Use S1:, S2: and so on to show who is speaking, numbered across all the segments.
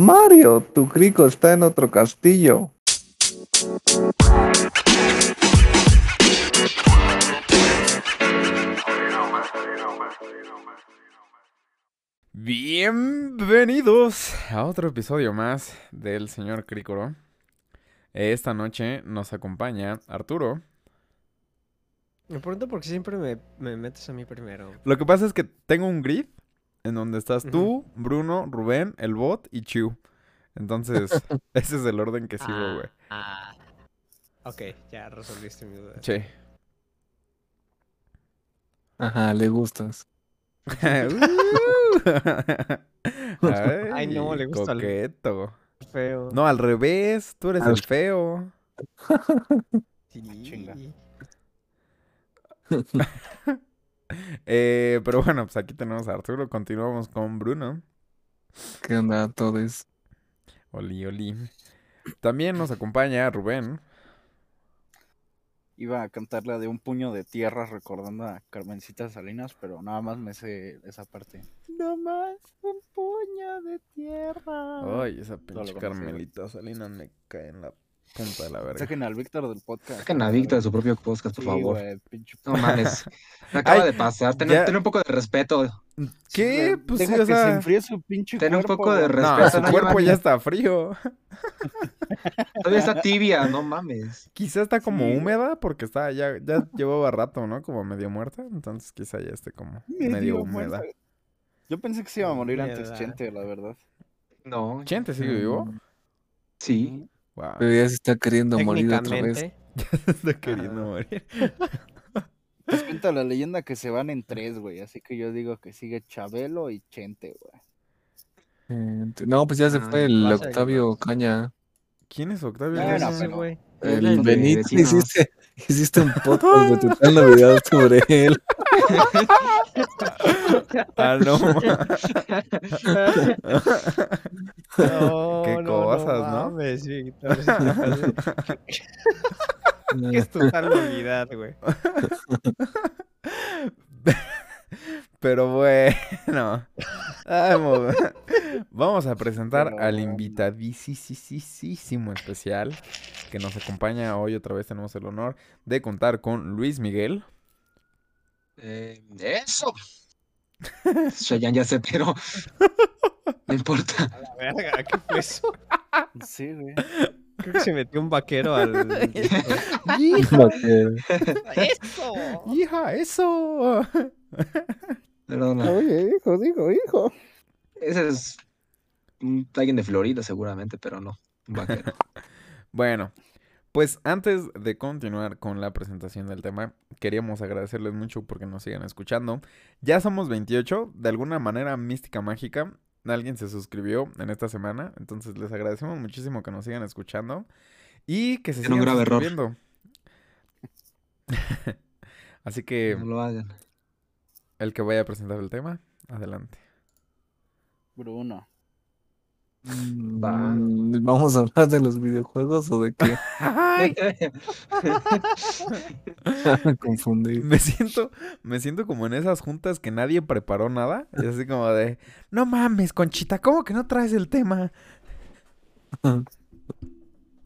S1: Mario, tu crico está en otro castillo.
S2: Bienvenidos a otro episodio más del señor Crícoro. Esta noche nos acompaña Arturo.
S3: Me pregunto por qué siempre me, me metes a mí primero.
S2: Lo que pasa es que tengo un grid en donde estás tú, Bruno, Rubén, el bot y Chu. Entonces, ese es el orden que sigo, Pues güey.
S3: Ah. Ok, ya resolviste mi duda.
S2: Che.
S1: Ajá, le gustas.
S2: Ay,
S3: Ay, no, le gusta al-
S2: coqueto.
S3: Feo.
S2: No, al revés, tú eres
S1: Al-
S2: el feo.
S3: Sí.
S4: Ah, chinga.
S2: Eh, pero bueno, pues aquí tenemos a Arturo. Continuamos con Bruno.
S1: ¿Qué onda, todos?
S2: Oli, oli. También nos acompaña Rubén.
S4: Iba a cantar la de un puño de tierra recordando a Carmencita Salinas, pero nada más me sé esa parte. Nada más un puño de tierra.
S2: Ay, esa pinche
S4: conocí, güey.
S2: Carmelita Salinas me cae en la punta de la verga.
S4: Saquen al Víctor del podcast.
S5: Saquen a Víctor de su propio podcast, por
S4: Sí,
S5: favor.
S4: güey, pinche-
S5: No mames. Me acaba
S2: Ay,
S5: de pasar. Tener,
S2: ya.
S5: tener un poco de respeto.
S2: ¿Qué?
S4: Güey,
S2: Pues
S4: Deja
S2: sí,
S4: que
S2: o sea,
S4: se enfríe su pinche
S5: Ten un
S4: cuerpo,
S5: poco de
S4: güey.
S5: respeto.
S2: No,
S5: Respeta,
S2: su
S5: no
S2: cuerpo
S5: mames.
S2: ya está frío.
S5: Todavía está tibia, no mames.
S2: Quizá está como
S4: Sí.
S2: húmeda porque está ya, ya llevaba rato, ¿no? Como medio muerta. Entonces quizá ya esté como medio,
S4: Medio
S2: húmeda.
S4: muerta. Yo pensé que se iba a morir antes
S3: Mierda.
S4: Chente, la verdad.
S5: No.
S2: ¿Chente sigue vivo?
S5: Sí.
S2: Wow.
S1: Pero ya se está queriendo morir otra vez.
S3: Técnicamente.
S2: está
S4: Ah.
S2: queriendo morir.
S4: Pues cuenta la leyenda que se van en tres, güey. Así que yo digo que sigue Chabelo y Chente, güey.
S1: Gente- No, pues ya se
S5: Ah,
S1: fue el
S3: vas a-
S1: Octavio Caña.
S2: ¿Quién es Octavio?
S4: Bueno,
S2: Caña?
S3: Sí,
S4: pero-
S3: güey.
S5: El
S1: El
S5: de
S1: Benito.
S5: vecinos.
S1: Hiciste, hiciste un podcast de total novedad sobre él.
S2: Ah, no. ma-
S3: No,
S2: Qué
S3: no,
S2: cosas, ¿no?
S3: no mames, Víctor. sí, sí, sí.
S5: Eh,
S3: es total novedad, güey.
S2: Pero bueno. Vamos, vamos a presentar
S4: Pero
S2: al
S4: bueno.
S2: invitadísimo especial que nos acompaña hoy. Otra vez tenemos el honor de contar con Luis Miguel.
S5: Eh, eso. Shayan ya se pero No importa.
S3: La verga, ¿qué fue eso?
S4: Sí, güey.
S3: Creo que se metió un vaquero al.
S1: Lo que-
S3: ¡Eso!
S2: ¡Hija, eso!
S5: Perdona.
S4: Oye, hijo, digo, hijo.
S5: Ese es un- alguien de Florida, seguramente, pero no. Un vaquero.
S2: Bueno, pues antes de continuar con la presentación del tema, queríamos agradecerles mucho porque nos sigan escuchando. Ya somos 28, de alguna manera mística mágica. Alguien se suscribió en esta semana, entonces les agradecemos muchísimo que nos sigan escuchando y que se
S5: Tiene
S2: sigan
S5: un grave error.
S2: suscribiendo. Así que
S5: No lo hagan.
S2: el que vaya a presentar el tema, adelante.
S4: Bruno.
S1: Mm,
S5: Va.
S1: ¿Vamos a hablar de los videojuegos o de qué? Me confundí.
S2: Me siento, me siento como en esas juntas que nadie preparó nada. Y así como de, no mames, Conchita, ¿cómo que no traes el tema?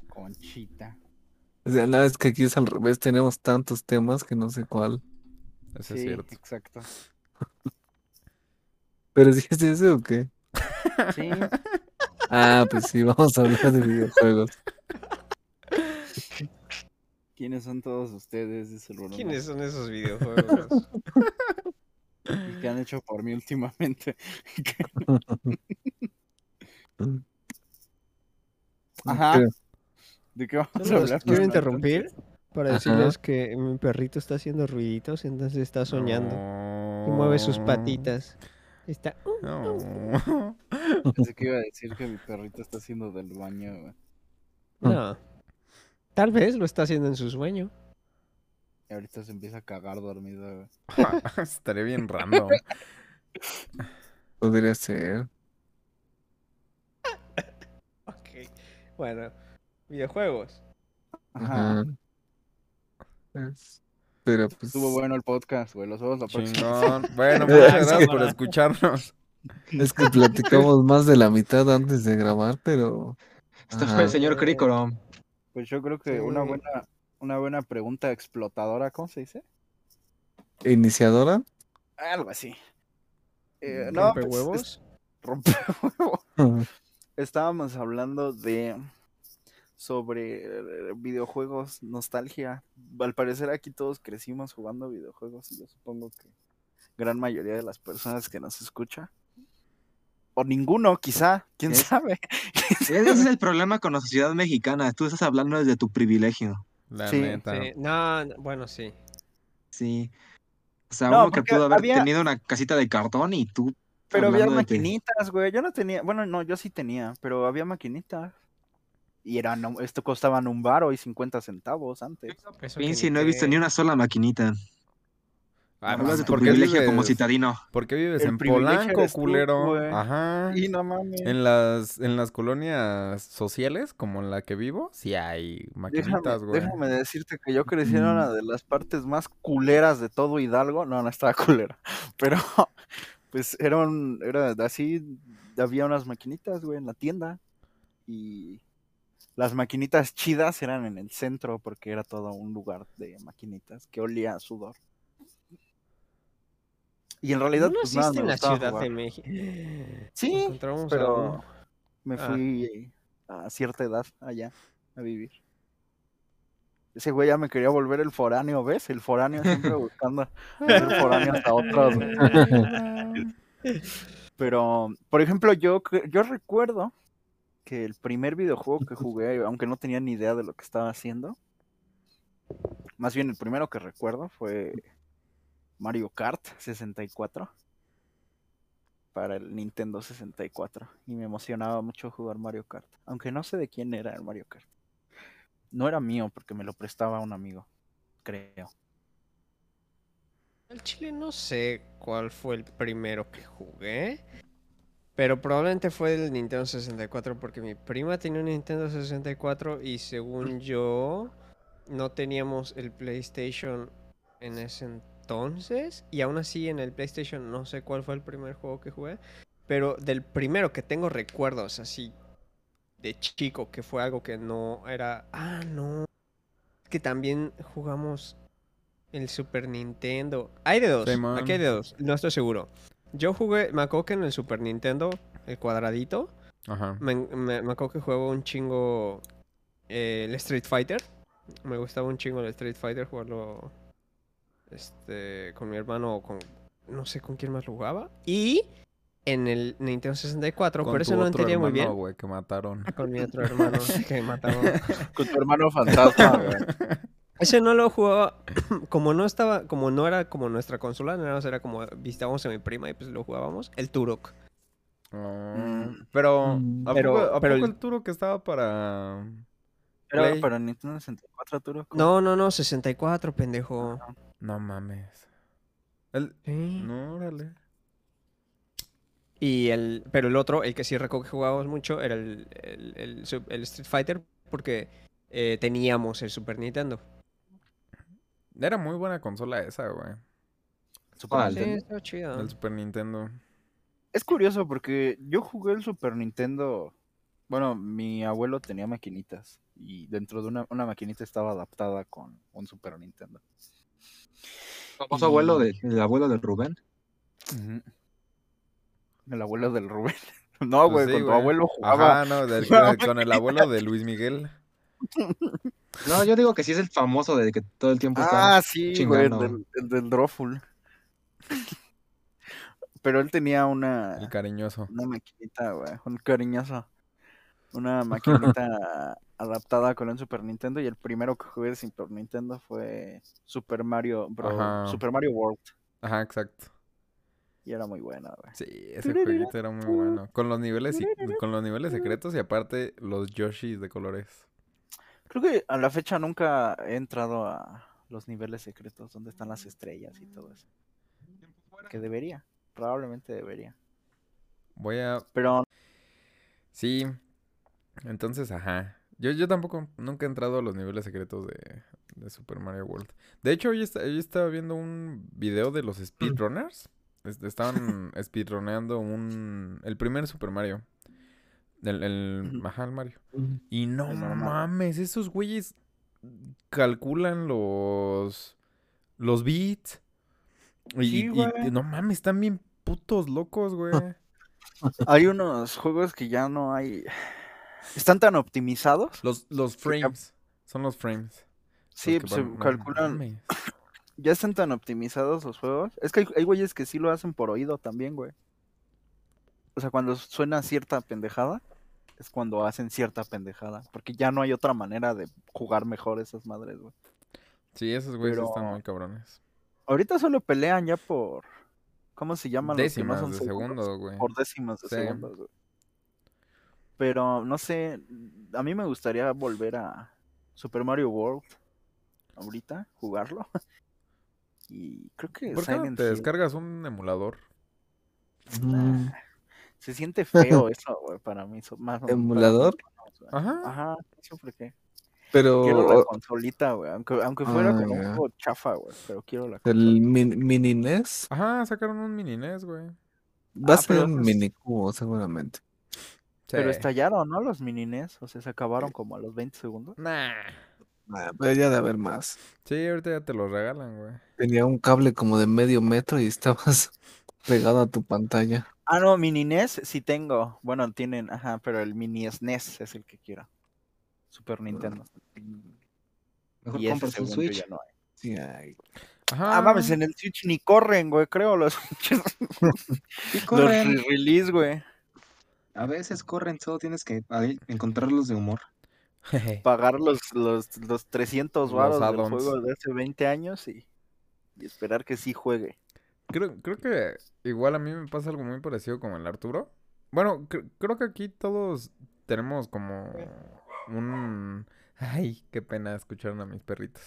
S4: Conchita.
S1: O sea, no, es que aquí es al revés. Tenemos tantos temas que no sé cuál.
S2: Eso
S4: Sí,
S2: Pues es cierto.
S4: exacto.
S1: ¿Pero dijiste eso o qué?
S4: Sí,
S1: Ah, pues sí, vamos a hablar de videojuegos.
S4: ¿quiénes son todos ustedes? Dice el Bruno.
S3: ¿Quiénes son esos videojuegos?
S4: ¿Y qué han hecho por mí últimamente? Ajá.
S1: Pero-
S4: ¿De qué vamos a
S3: Solo los
S4: hablar?
S3: quiero
S4: Bruno,
S3: interrumpir
S4: entonces?
S3: para
S1: Ajá.
S3: decirles que mi perrito está haciendo ruiditos, entonces está soñando y mueve sus
S4: Mm.
S2: No,
S3: patitas. Está. uh,
S2: no.
S4: Pensé que iba a decir que mi perrito está haciendo del baño. güey.
S1: Mm.
S3: No. Tal vez lo está haciendo en su sueño.
S4: Y ahorita se empieza a cagar dormido. güey.
S2: Estaré bien random.
S1: Podría ser.
S3: Ok. Bueno, videojuegos.
S4: Ajá.
S1: Ajá. Es- Pero pues.
S4: Estuvo bueno el podcast, güey. Los vemos la próxima.
S2: Chingón. Bueno, muchas gracias por escucharnos.
S1: Es que platicamos más de la mitad antes de grabar, pero.
S5: Esto
S1: Ajá.
S5: fue el señor Cricorom.
S4: Pues yo creo que una buena, una buena pregunta explotadora, ¿cómo se dice?
S1: ¿Iniciadora?
S4: Algo así. Eh, no,
S3: ¿Rompe
S4: pues,
S3: huevos?
S4: es- rompe huevos. Estábamos hablando de sobre eh, videojuegos, nostalgia. Al parecer aquí todos crecimos jugando videojuegos y yo supongo que gran mayoría de las personas que nos escucha o ninguno, quizá, quién
S5: ¿Eh?
S4: sabe.
S5: Ese es el problema con la sociedad mexicana. Tú estás hablando desde tu privilegio.
S2: La
S4: Sí,
S2: neta.
S3: Sí, no, no, bueno, sí.
S5: Sí. O sea,
S4: No,
S5: uno que
S4: porque
S5: pudo haber
S4: había-
S5: tenido una casita de cartón y tú.
S4: Pero había
S5: hablando de que-
S4: maquinitas, güey. Yo no tenía, bueno, no, yo sí tenía, pero había maquinitas. Y eran, un- esto costaban un bar hoy 50 centavos antes.
S3: Eso que
S5: Vinci, no he visto ni una sola maquinita.
S2: Ah,
S5: Hablas de tu
S2: ¿por qué
S5: privilegio como
S2: vives-
S5: citadino.
S2: ¿Por qué vives
S4: El
S2: en
S4: privilegio
S2: Polanco,
S4: eres tú,
S2: culero?
S4: güey.
S2: Ajá.
S4: Y no mames.
S2: En las, en las colonias sociales, como en la que vivo, sí hay maquinitas,
S4: Déjame,
S2: güey.
S4: déjame decirte que yo crecí en una de las partes más culeras de todo Hidalgo. No, no estaba culera. Pero, pues, era, un- era así. Había unas maquinitas, güey, en la tienda. Y las maquinitas chidas eran en el centro porque era todo un lugar de maquinitas que olía a sudor. Y en realidad,
S3: No
S4: pues nada,
S3: existe
S4: me
S3: en la
S4: gustaba
S3: Ciudad
S4: jugar.
S3: de México.
S4: Sí,
S3: Encontramos a
S4: pero
S3: un-
S4: me
S3: Ah.
S4: fui eh, a cierta edad allá a vivir. Ese güey ya me quería volver el foráneo, ¿ves? El foráneo siempre buscando ser foráneo hasta otros. güey. Pero, por ejemplo, yo, cre- yo recuerdo que el primer videojuego que jugué, aunque no tenía ni idea de lo que estaba haciendo, más bien el primero que recuerdo fue Mario Kart 64 para el Nintendo 64 y me emocionaba mucho jugar Mario Kart, aunque no sé de quién era el Mario Kart. No era mío porque me lo prestaba un amigo, creo.
S3: Al chile no sé cuál fue el primero que jugué. Pero probablemente fue el Nintendo 64 porque mi prima tenía un Nintendo 64 y según yo no teníamos el PlayStation en ese entonces. Y aún así en el PlayStation no sé cuál fue el primer juego que jugué. Pero del primero que tengo recuerdos así de chico que fue algo que no era... Ah, no. Que también jugamos el Super Nintendo. Hay de dos.
S2: Simón.
S3: Aquí hay de dos. No estoy seguro. Yo jugué, me acuerdo que en el Super Nintendo, el cuadradito,
S2: Ajá.
S3: me, me, me acuerdo que jugaba un chingo eh, el Street Fighter. Me gustaba un chingo el Street Fighter, jugarlo este, con mi hermano o con... No sé con quién más lo jugaba. Y en el Nintendo 64,
S2: Con
S3: pero eso
S2: tu
S3: no
S2: otro
S3: entendía muy
S2: hermano,
S3: bien.
S2: güey, que mataron.
S3: Con mi otro hermano que mataba.
S4: Con tu hermano
S2: Ah,
S4: fantasma, güey.
S3: Ese no lo jugaba, como no estaba, como no era como nuestra consola, nada más era como visitábamos a mi prima y pues lo jugábamos, el Turok.
S2: Ah, Pero,
S1: Mm.
S2: ¿a
S3: Pero-
S2: poco, a
S3: pero
S2: poco
S3: el-
S2: el turo que estaba para...
S4: Era
S2: Play?
S4: para Nintendo 64, Arturo. ¿cómo?
S3: No, no, no, 64, pendejo.
S2: No mames. El-
S3: Sí.
S2: No, órale.
S3: Y el, pero el otro, el que sí recuerdo que jugábamos mucho, era el, el- el su- el Street Fighter, porque eh, teníamos el Super Nintendo.
S2: Era muy buena consola esa, güey.
S4: Super
S5: Órale.
S3: Sí,
S4: Nintendo.
S3: estaba chido.
S2: El Super Nintendo.
S4: Es curioso porque yo jugué el Super Nintendo. Bueno, mi abuelo tenía maquinitas y dentro de una, una maquinita estaba adaptada con un Super Nintendo.
S5: Famoso abuelo de, el abuelo de Rubén.
S4: El abuelo del Rubén. No,
S2: Pues
S4: güey,
S2: sí,
S4: con tu
S2: güey.
S4: abuelo jugaba.
S2: Ajá, no, del-
S4: jugaba
S2: con el abuelo de Luis Miguel.
S5: No, yo digo que sí es el famoso de que todo el tiempo está.
S4: Ah, sí, güey, el
S5: chingando.
S4: del, el del Drawful. Pero él tenía
S2: El
S3: Ah.
S4: una,
S2: cariñoso.
S4: una maquinita, güey, un cariñoso. Una maquinita adaptada con un Super Nintendo y el primero que jugué de Super Nintendo fue Super Mario, Bros.
S2: Ajá.
S4: Super Mario World.
S2: Ajá, exacto.
S4: Y era muy buena, güey.
S2: Sí, ese jueguito era muy bueno. Con los niveles y- con los niveles secretos y aparte los Yoshis de colores.
S4: Creo que a la fecha nunca he entrado a los niveles secretos donde están las estrellas y todo eso. Que debería, probablemente debería.
S2: Voy a.
S4: Pero
S2: Sí. Entonces, ajá. Yo, yo tampoco, nunca he entrado a los niveles secretos de, de Super Mario World. De hecho, hoy, esta- hoy estaba viendo un video de los speedrunners es- estaban speedroneando un. El primer Super Mario. El, el,
S5: Ujú.
S2: ajá, el Mario. Y no
S4: El normal.
S2: mames, esos güeyes calculan los. Los beats. Y,
S4: Sí,
S2: y-
S4: güey.
S2: no mames, están bien putos locos, güey.
S4: Hay unos juegos que ya no hay. Están tan optimizados.
S2: Los, los
S4: Que ya-
S2: frames. Son los frames. los
S4: Sí,
S2: que
S4: se
S2: van- no
S4: calculan.
S2: mames.
S4: Ya están tan optimizados los juegos. Es que hay, hay güeyes que sí lo hacen por oído también, güey. O sea, cuando suena cierta pendejada, es cuando hacen cierta pendejada. Porque ya no hay otra manera de jugar mejor esas madres, güey.
S2: Sí, esos güeyes
S4: Pero-
S2: están muy cabrones.
S4: Ahorita solo pelean ya por. ¿Cómo se llaman los que no
S2: Décimas
S4: son
S2: de
S4: segundos?
S2: segundo, güey.
S4: Por décimas de
S2: Sí.
S4: segundos, güey. Pero no sé. A mí me gustaría volver a Super Mario World. Ahorita, jugarlo. Y creo que
S2: ¿Por qué no
S4: Silent
S2: te
S4: Hill-
S2: descargas un emulador?
S1: Mm,
S4: Ah, Se siente feo eso, güey, para mí. so- Más o menos para mí,
S1: ¿Emulador?
S4: no, o sea,
S2: Ajá.
S4: Ajá, eso porque quiero la
S1: Pero
S4: consolita, güey. Aunque, aunque fuera
S1: Ah,
S4: como un
S1: ya.
S4: juego chafa, güey. Pero quiero la
S1: el
S4: consola.
S1: min- mini NES
S2: Ajá, sacaron un mini NES, güey.
S1: va
S4: Ah,
S1: a ser
S4: pero
S1: un
S4: eso es-
S1: mini cubo seguramente.
S4: Pero este
S2: Sí.
S4: estallaron, ¿no? Los minines. O sea, se acabaron como a los 20 segundos.
S2: Nah.
S1: Ah, pero ya de haber más.
S2: Sí, ahorita ya te lo regalan, güey.
S1: Tenía un cable como de medio metro y estabas pegado a tu pantalla.
S4: Ah, no, mini NES sí tengo. Bueno, tienen, ajá, pero el mini SNES es el que quiero. Super Nintendo.
S5: Mejor
S4: y ese,
S5: compras un
S4: según yo,
S5: Switch.
S4: ya no hay.
S1: Sí, ay.
S2: Ajá.
S4: Ah, mames, en el Switch ni corren, güey, creo. Los, los
S5: corren.
S4: release, güey.
S5: A veces corren, solo tienes que ahí encontrarlos de humor.
S4: Pagar los, los, los 300
S2: Los
S4: varos del
S2: add-ons.
S4: juego de hace 20 años y, y esperar que sí juegue.
S2: creo, creo que igual a mí me pasa algo muy parecido como el Arturo. Bueno, cre- creo que aquí todos tenemos como un... Ay, qué pena escucharon a mis perritos.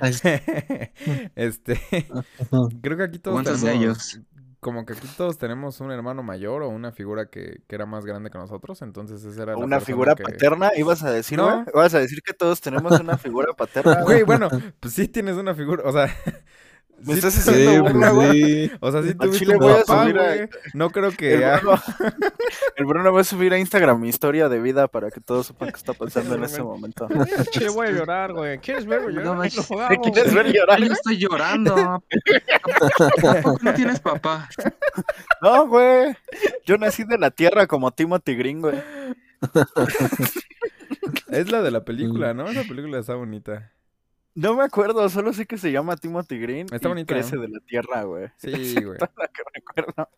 S1: Ay,
S2: este,
S5: Ah,
S2: creo que aquí todos
S5: ¿Cuántos de
S2: tenemos... Como que aquí todos tenemos un hermano mayor o una figura que, que era más grande que nosotros, entonces esa era la
S4: Una
S2: persona
S4: figura
S2: que-
S4: paterna, ibas a decir,
S2: No.
S4: güey. Ibas a decir que todos tenemos una figura paterna. güey?
S2: Güey, bueno, pues sí tienes una figura, o sea... sí
S4: Me estás
S2: tienes-
S4: haciendo
S1: Sí,
S4: burla,
S1: pues
S4: güey.
S1: sí.
S2: O sea, sí
S4: Al
S2: tuviste
S4: chile
S2: un
S4: voy a
S2: papá,
S4: subir a-
S2: güey. No creo
S4: El
S2: que... ah,
S4: Bruno, el Bruno va a subir a Instagram mi historia de vida para que todos sepan qué está pasando en este momento.
S3: Yo voy a llorar, güey. ¿Quieres verme
S5: No
S3: llorar? No,
S5: manches.
S3: jugamos.
S4: ¿Quieres ver llorar?
S5: Yo estoy llorando. ¿A poco no tienes papá?
S4: No, güey. Yo nací de la tierra como Timothy ¿eh? Green, güey.
S2: Es la de la película, ¿no? Esa película está bonita.
S4: No me acuerdo, solo sé que se llama Timothy Green.
S2: Está
S4: y
S2: bonita, ¿no?
S4: Crece de la tierra, güey.
S2: Sí,
S4: Es
S2: güey.
S4: todo lo que recuerdo.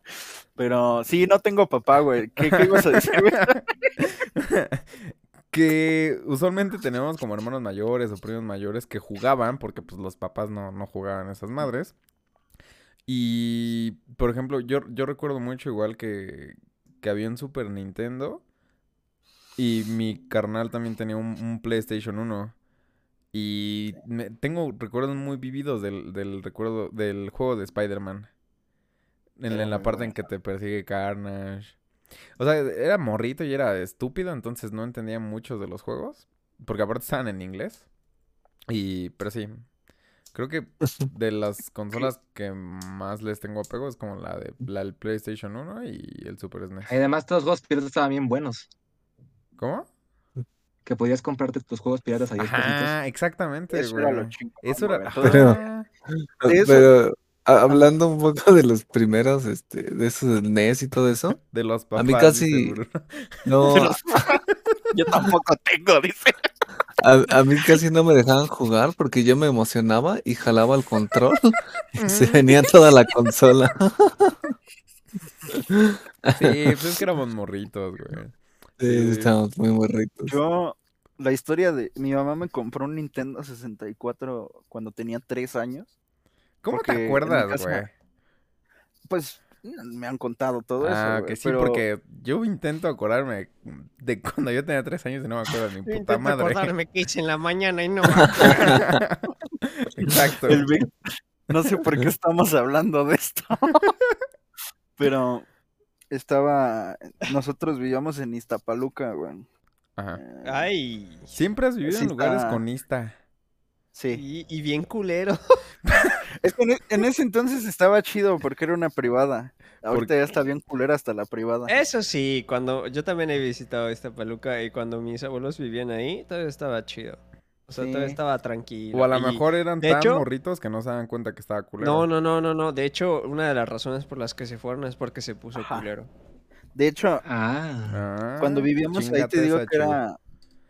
S4: Pero sí, no tengo papá, güey. ¿Qué, qué ibas a decir, güey?
S2: que usualmente tenemos como hermanos mayores o primos mayores que jugaban, porque pues los papás no, no jugaban esas madres. Y, por ejemplo, yo, yo recuerdo mucho igual que, que había un Super Nintendo y mi carnal también tenía un, un PlayStation 1. Y me- tengo recuerdos muy vividos del, del recuerdo del juego de Spider-Man. En, la- en la parte en que te persigue Carnage. O sea, era morrito y era estúpido, entonces no entendía muchos de los juegos. Porque aparte estaban en inglés. Y, pero sí. Creo que de las consolas que más les tengo apego es como la de la del PlayStation 1 y el Super E
S5: Y
S2: SNES.
S5: además, todos los juegos piratas estaban bien buenos.
S2: ¿Cómo?
S5: Que podías comprarte tus juegos piratas a 10 pesitos.
S2: Ajá, exactamente,
S4: Eso era lo
S2: güey.
S4: chingón,
S2: Eso
S4: güey.
S2: era.
S4: Todo-
S1: Pero-
S2: Ajá.
S4: De eso-
S1: Ah, Pero a- hablando un poco de los primeros, este, de esos del NES y todo eso,
S2: De los papás.
S1: A mí
S2: dice
S1: casi-
S2: Bruno.
S1: no, a,
S4: Yo tampoco tengo, dice.
S1: a mí casi no me dejaban jugar porque yo me emocionaba y jalaba el control y se venía toda la consola.
S2: Sí, pues es que éramos morritos, güey. Sí.
S1: Sí, estábamos muy morritos.
S4: Yo, la historia de. Mi mamá me compró un Nintendo 64 cuando tenía 3 años.
S2: ¿Cómo
S4: Porque en
S2: te
S4: mi
S2: acuerdas,
S4: casa-
S2: güey?
S4: Pues mm, me han contado todo eso.
S2: Ah,
S4: güey,
S2: que sí,
S4: pero-
S2: porque yo intento acordarme de cuando yo tenía tres años y no me acuerdo ni
S3: Yo
S2: puta
S3: intento
S2: madre.
S3: acordarme que hice en la mañana y no.
S2: Exacto.
S4: el ve- No sé por qué estamos hablando de esto. Pero estaba. Nosotros vivíamos en Iztapaluca, güey.
S2: Ajá.
S4: Eh,
S3: Ay.
S2: Ah. Siempre has vivido
S4: Sí
S2: en lugares
S4: está-
S2: con Ista.
S4: Sí.
S3: Y, y bien culero.
S4: Es que en, e- en ese entonces estaba chido porque era una privada. Ahorita ya está bien culera hasta la privada.
S3: Eso sí, cuando yo también he visitado esta paluca y cuando mis abuelos vivían ahí, todavía estaba chido. O sea, todavía
S4: Sí.
S3: estaba tranquilo.
S2: O a lo
S3: y-
S2: mejor eran
S3: de
S2: tan
S3: hecho-
S2: morritos que no se dan cuenta que estaba culero.
S3: No, no, no, no, no. De hecho, una de las razones por las que se fueron es porque se puso
S4: Ajá.
S3: culero.
S4: De hecho,
S5: Ah.
S2: Ah,
S4: cuando vivíamos ahí
S2: chíngate
S4: te digo
S2: esa,
S4: que era,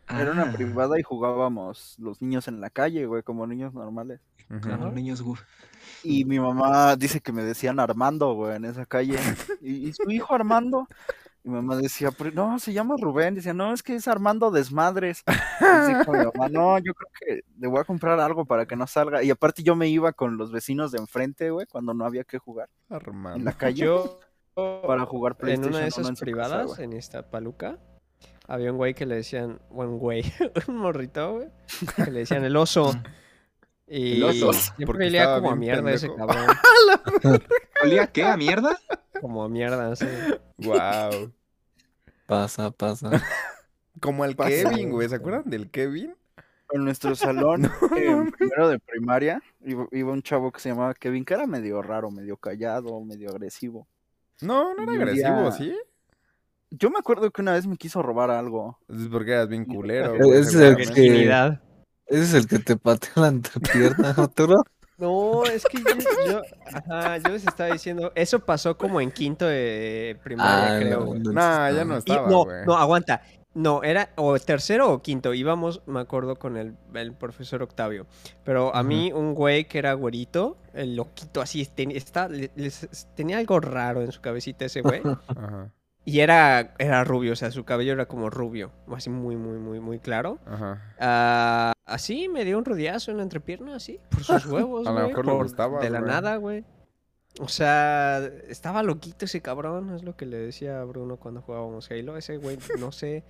S4: era una
S5: ah,
S4: privada y jugábamos los niños en la calle, güey, como niños normales.
S2: chido. Ujú.
S5: Como
S3: Ajá.
S5: niños gu-
S4: Y mi mamá dice que me decían Armando, güey, en esa calle. Y, y su hijo Armando. Mi mamá decía, "Pero no, se llama Rubén. Decía, no, es que es Armando Desmadres. Y dijo mi mamá, no, yo creo que le voy a comprar algo para que no salga. Y aparte yo me iba con los vecinos de enfrente, güey, cuando no había que jugar en
S2: Armando.
S4: la calle
S3: Yo,
S4: para jugar PlayStation.
S3: en una de
S4: uno
S3: esas
S4: en su casa,
S3: privadas, eh.
S4: güey.
S3: en esta paluca, había un güey que le decían, un güey, un morrito, güey, que le decían el oso. Y
S5: El oso.
S3: siempre
S2: Porque
S3: olía
S2: estaba
S3: como a
S2: bien
S3: mierda ese
S2: pendejo.
S3: cabrón.
S5: ¿Olía qué? ¿A mierda?
S3: Como a mierda, sí.
S2: Wow.
S1: Pasa, pasa.
S2: Como el
S4: Pasa,
S2: Kevin, güey.
S1: güey.
S2: ¿Se acuerdan del Kevin?
S4: En nuestro salón, eh, en primero de primaria, iba, iba un chavo que se llamaba Kevin, que era medio raro, medio callado, medio agresivo.
S2: No, no era
S4: Y un
S2: agresivo,
S4: día-
S2: ¿sí?
S4: Yo me acuerdo que una vez me quiso robar algo.
S2: Es porque eras bien culero.
S1: Ese es
S2: güey,
S1: el
S2: seguramente.
S1: que-
S3: Virginidad.
S1: Ese es el que te patea la entrepierna, Arturo.
S3: No, es que yo, yo- ajá, yo les estaba diciendo, eso pasó como en quinto de primaria,
S1: Ah,
S3: creo,
S1: no,
S3: güey.
S1: entonces
S2: Nah, ya no
S3: Y-
S2: estaba,
S3: no,
S2: güey.
S3: no, aguanta. No, era o tercero o quinto. Íbamos, me acuerdo, con el, el profesor Octavio. Pero a
S2: Ujú.
S3: mí, un güey que era güerito, el loquito, así, ten- está- le- les- tenía algo raro en su cabecita ese güey.
S2: Ajá,
S3: y era, era rubio, o sea, su cabello era como rubio, así muy, muy, muy, muy claro.
S2: ajá.
S3: Ah, así me dio un rodeazo en la entrepierna, así, por sus huevos.
S2: A lo
S3: Pues, güey,
S2: mejor le
S3: por-
S2: gustaba,
S3: De la
S2: güey.
S3: nada, güey. O sea, estaba loquito ese cabrón, es lo que le decía a Bruno cuando jugábamos Halo. Ese güey, no sé.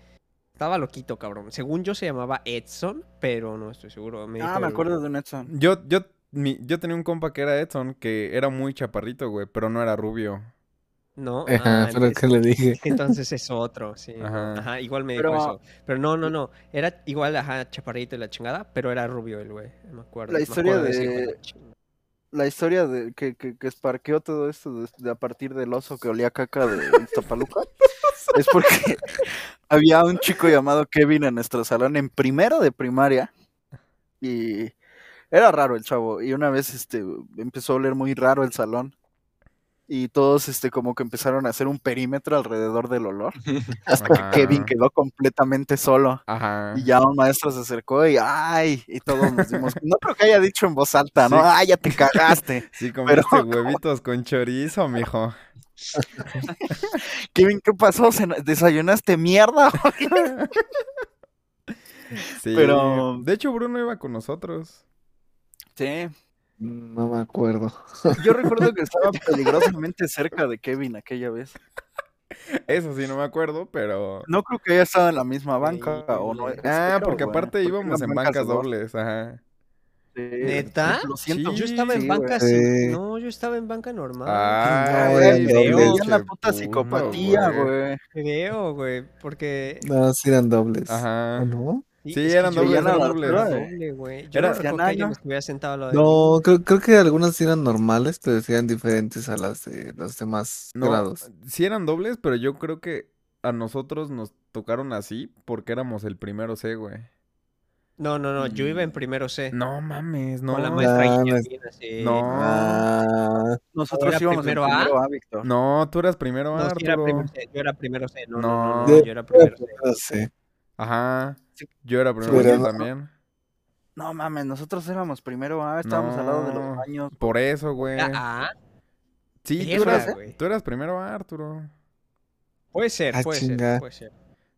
S3: Estaba loquito, cabrón. Según yo se llamaba Edson, pero no estoy seguro. Me
S4: Ah,
S3: dijo
S4: me
S3: el-
S4: acuerdo de un Edson.
S2: Yo, yo, mi- yo tenía un compa que era Edson, que era muy chaparrito, güey, pero no era rubio.
S3: No,
S1: Ajá,
S3: ah,
S1: pero
S3: entonces-
S1: que le dije.
S3: Es que entonces es otro, sí. ¿no?
S2: Ajá.
S3: Ajá. igual me dijo
S4: Pero-
S3: eso. Pero no, no, no. Era igual, ajá, chaparrito y la chingada, pero era rubio el güey. Me acuerdo.
S4: La
S3: me
S4: historia
S3: acuerdo ese hijo
S4: de-
S3: la chingada.
S4: La historia de que, que, que esparqueó todo esto de, de a partir del oso que olía a caca de Iztapaluca es porque había un chico llamado Kevin en nuestro salón en primero de primaria y era raro el chavo y una vez este empezó a oler muy raro el salón y todos este como que empezaron a hacer un perímetro alrededor del olor hasta
S2: Ajá.
S4: que Kevin quedó completamente solo.
S2: Ajá.
S4: Y ya un maestro se acercó y ¡ay! Y todos nos dimos. No creo que haya dicho en voz alta, ¿no?
S2: Sí.
S4: ¡Ay, ya te cagaste!
S2: Sí,
S4: Pero-
S2: comiste huevitos con chorizo, mijo.
S4: Kevin, ¿qué pasó? ¿Se- ¿Desayunaste mierda?
S2: Sí.
S4: Pero-
S2: De hecho, Bruno iba con nosotros.
S4: Sí.
S1: No me acuerdo.
S4: Yo recuerdo que estaba peligrosamente cerca de Kevin aquella vez.
S2: Eso sí, no me acuerdo, pero...
S4: No creo que haya estado en la misma banca o no.
S3: Increíble.
S2: Ah,
S4: creo,
S2: porque
S4: güey,
S2: aparte
S4: porque
S2: íbamos
S4: eran
S2: en bancas
S4: de dos.
S2: dobles, ajá.
S4: Sí.
S3: ¿Neta?
S4: Lo siento.
S2: Sí,
S3: Yo estaba en
S4: sí, güey.
S3: banca sin-
S1: Sí. Ah,
S3: No, yo estaba en banca normal.
S2: Ay,
S1: No, eran
S2: veo,
S1: dobles.
S4: Ya la
S2: che,
S4: puta
S2: puno,
S4: psicopatía, güey.
S3: Creo, güey. Porque.
S1: No, sí eran dobles.
S2: Ajá.
S1: ¿O no?
S2: Sí,
S3: es que
S2: eran
S3: yo
S2: dobles,
S4: ya no
S2: eran
S4: la
S2: dobles.
S4: altura,
S3: era
S4: eh.
S3: doble, güey. Yo
S2: Era-
S3: no recuerdo que
S4: Nana,
S3: alguien
S4: ¿no?
S3: estuviera sentado al lado de mí.
S1: No, creo, creo que algunas sí eran normales, pero sí eran diferentes a las de los demás
S2: No,
S1: grados.
S2: sí eran dobles, pero yo creo que a nosotros nos tocaron así porque éramos el primero C, güey.
S3: No, no, no. Yo iba en
S5: Mm.
S3: primero C.
S2: No mames, no.
S3: Con Eh. la maestra
S1: No,
S3: Iña,
S1: no es-
S3: bien así.
S2: No.
S1: Ah,
S4: Nosotros
S3: ¿Era
S4: íbamos en
S3: primero A?
S4: primero A, Víctor.
S2: No, tú eras primero,
S3: No, sí era
S2: Arturo.
S3: primero C, Yo era primero C. No, no, no, no,
S2: No.
S3: Yo era primero C.
S1: no sé.
S2: Ajá. Yo era primero
S1: Pero
S2: C
S1: no.
S2: también.
S4: No mames, nosotros éramos primero A, estábamos al lado de
S2: No.
S4: los baños.
S2: Por eso, güey.
S3: Era A.
S2: Sí, tú
S3: Verga,
S2: eras,
S3: Ah, güey.
S2: tú eras primero, Arturo.
S3: Puede ser,
S1: Ah,
S3: puede
S1: chinga.
S3: ser, puede ser.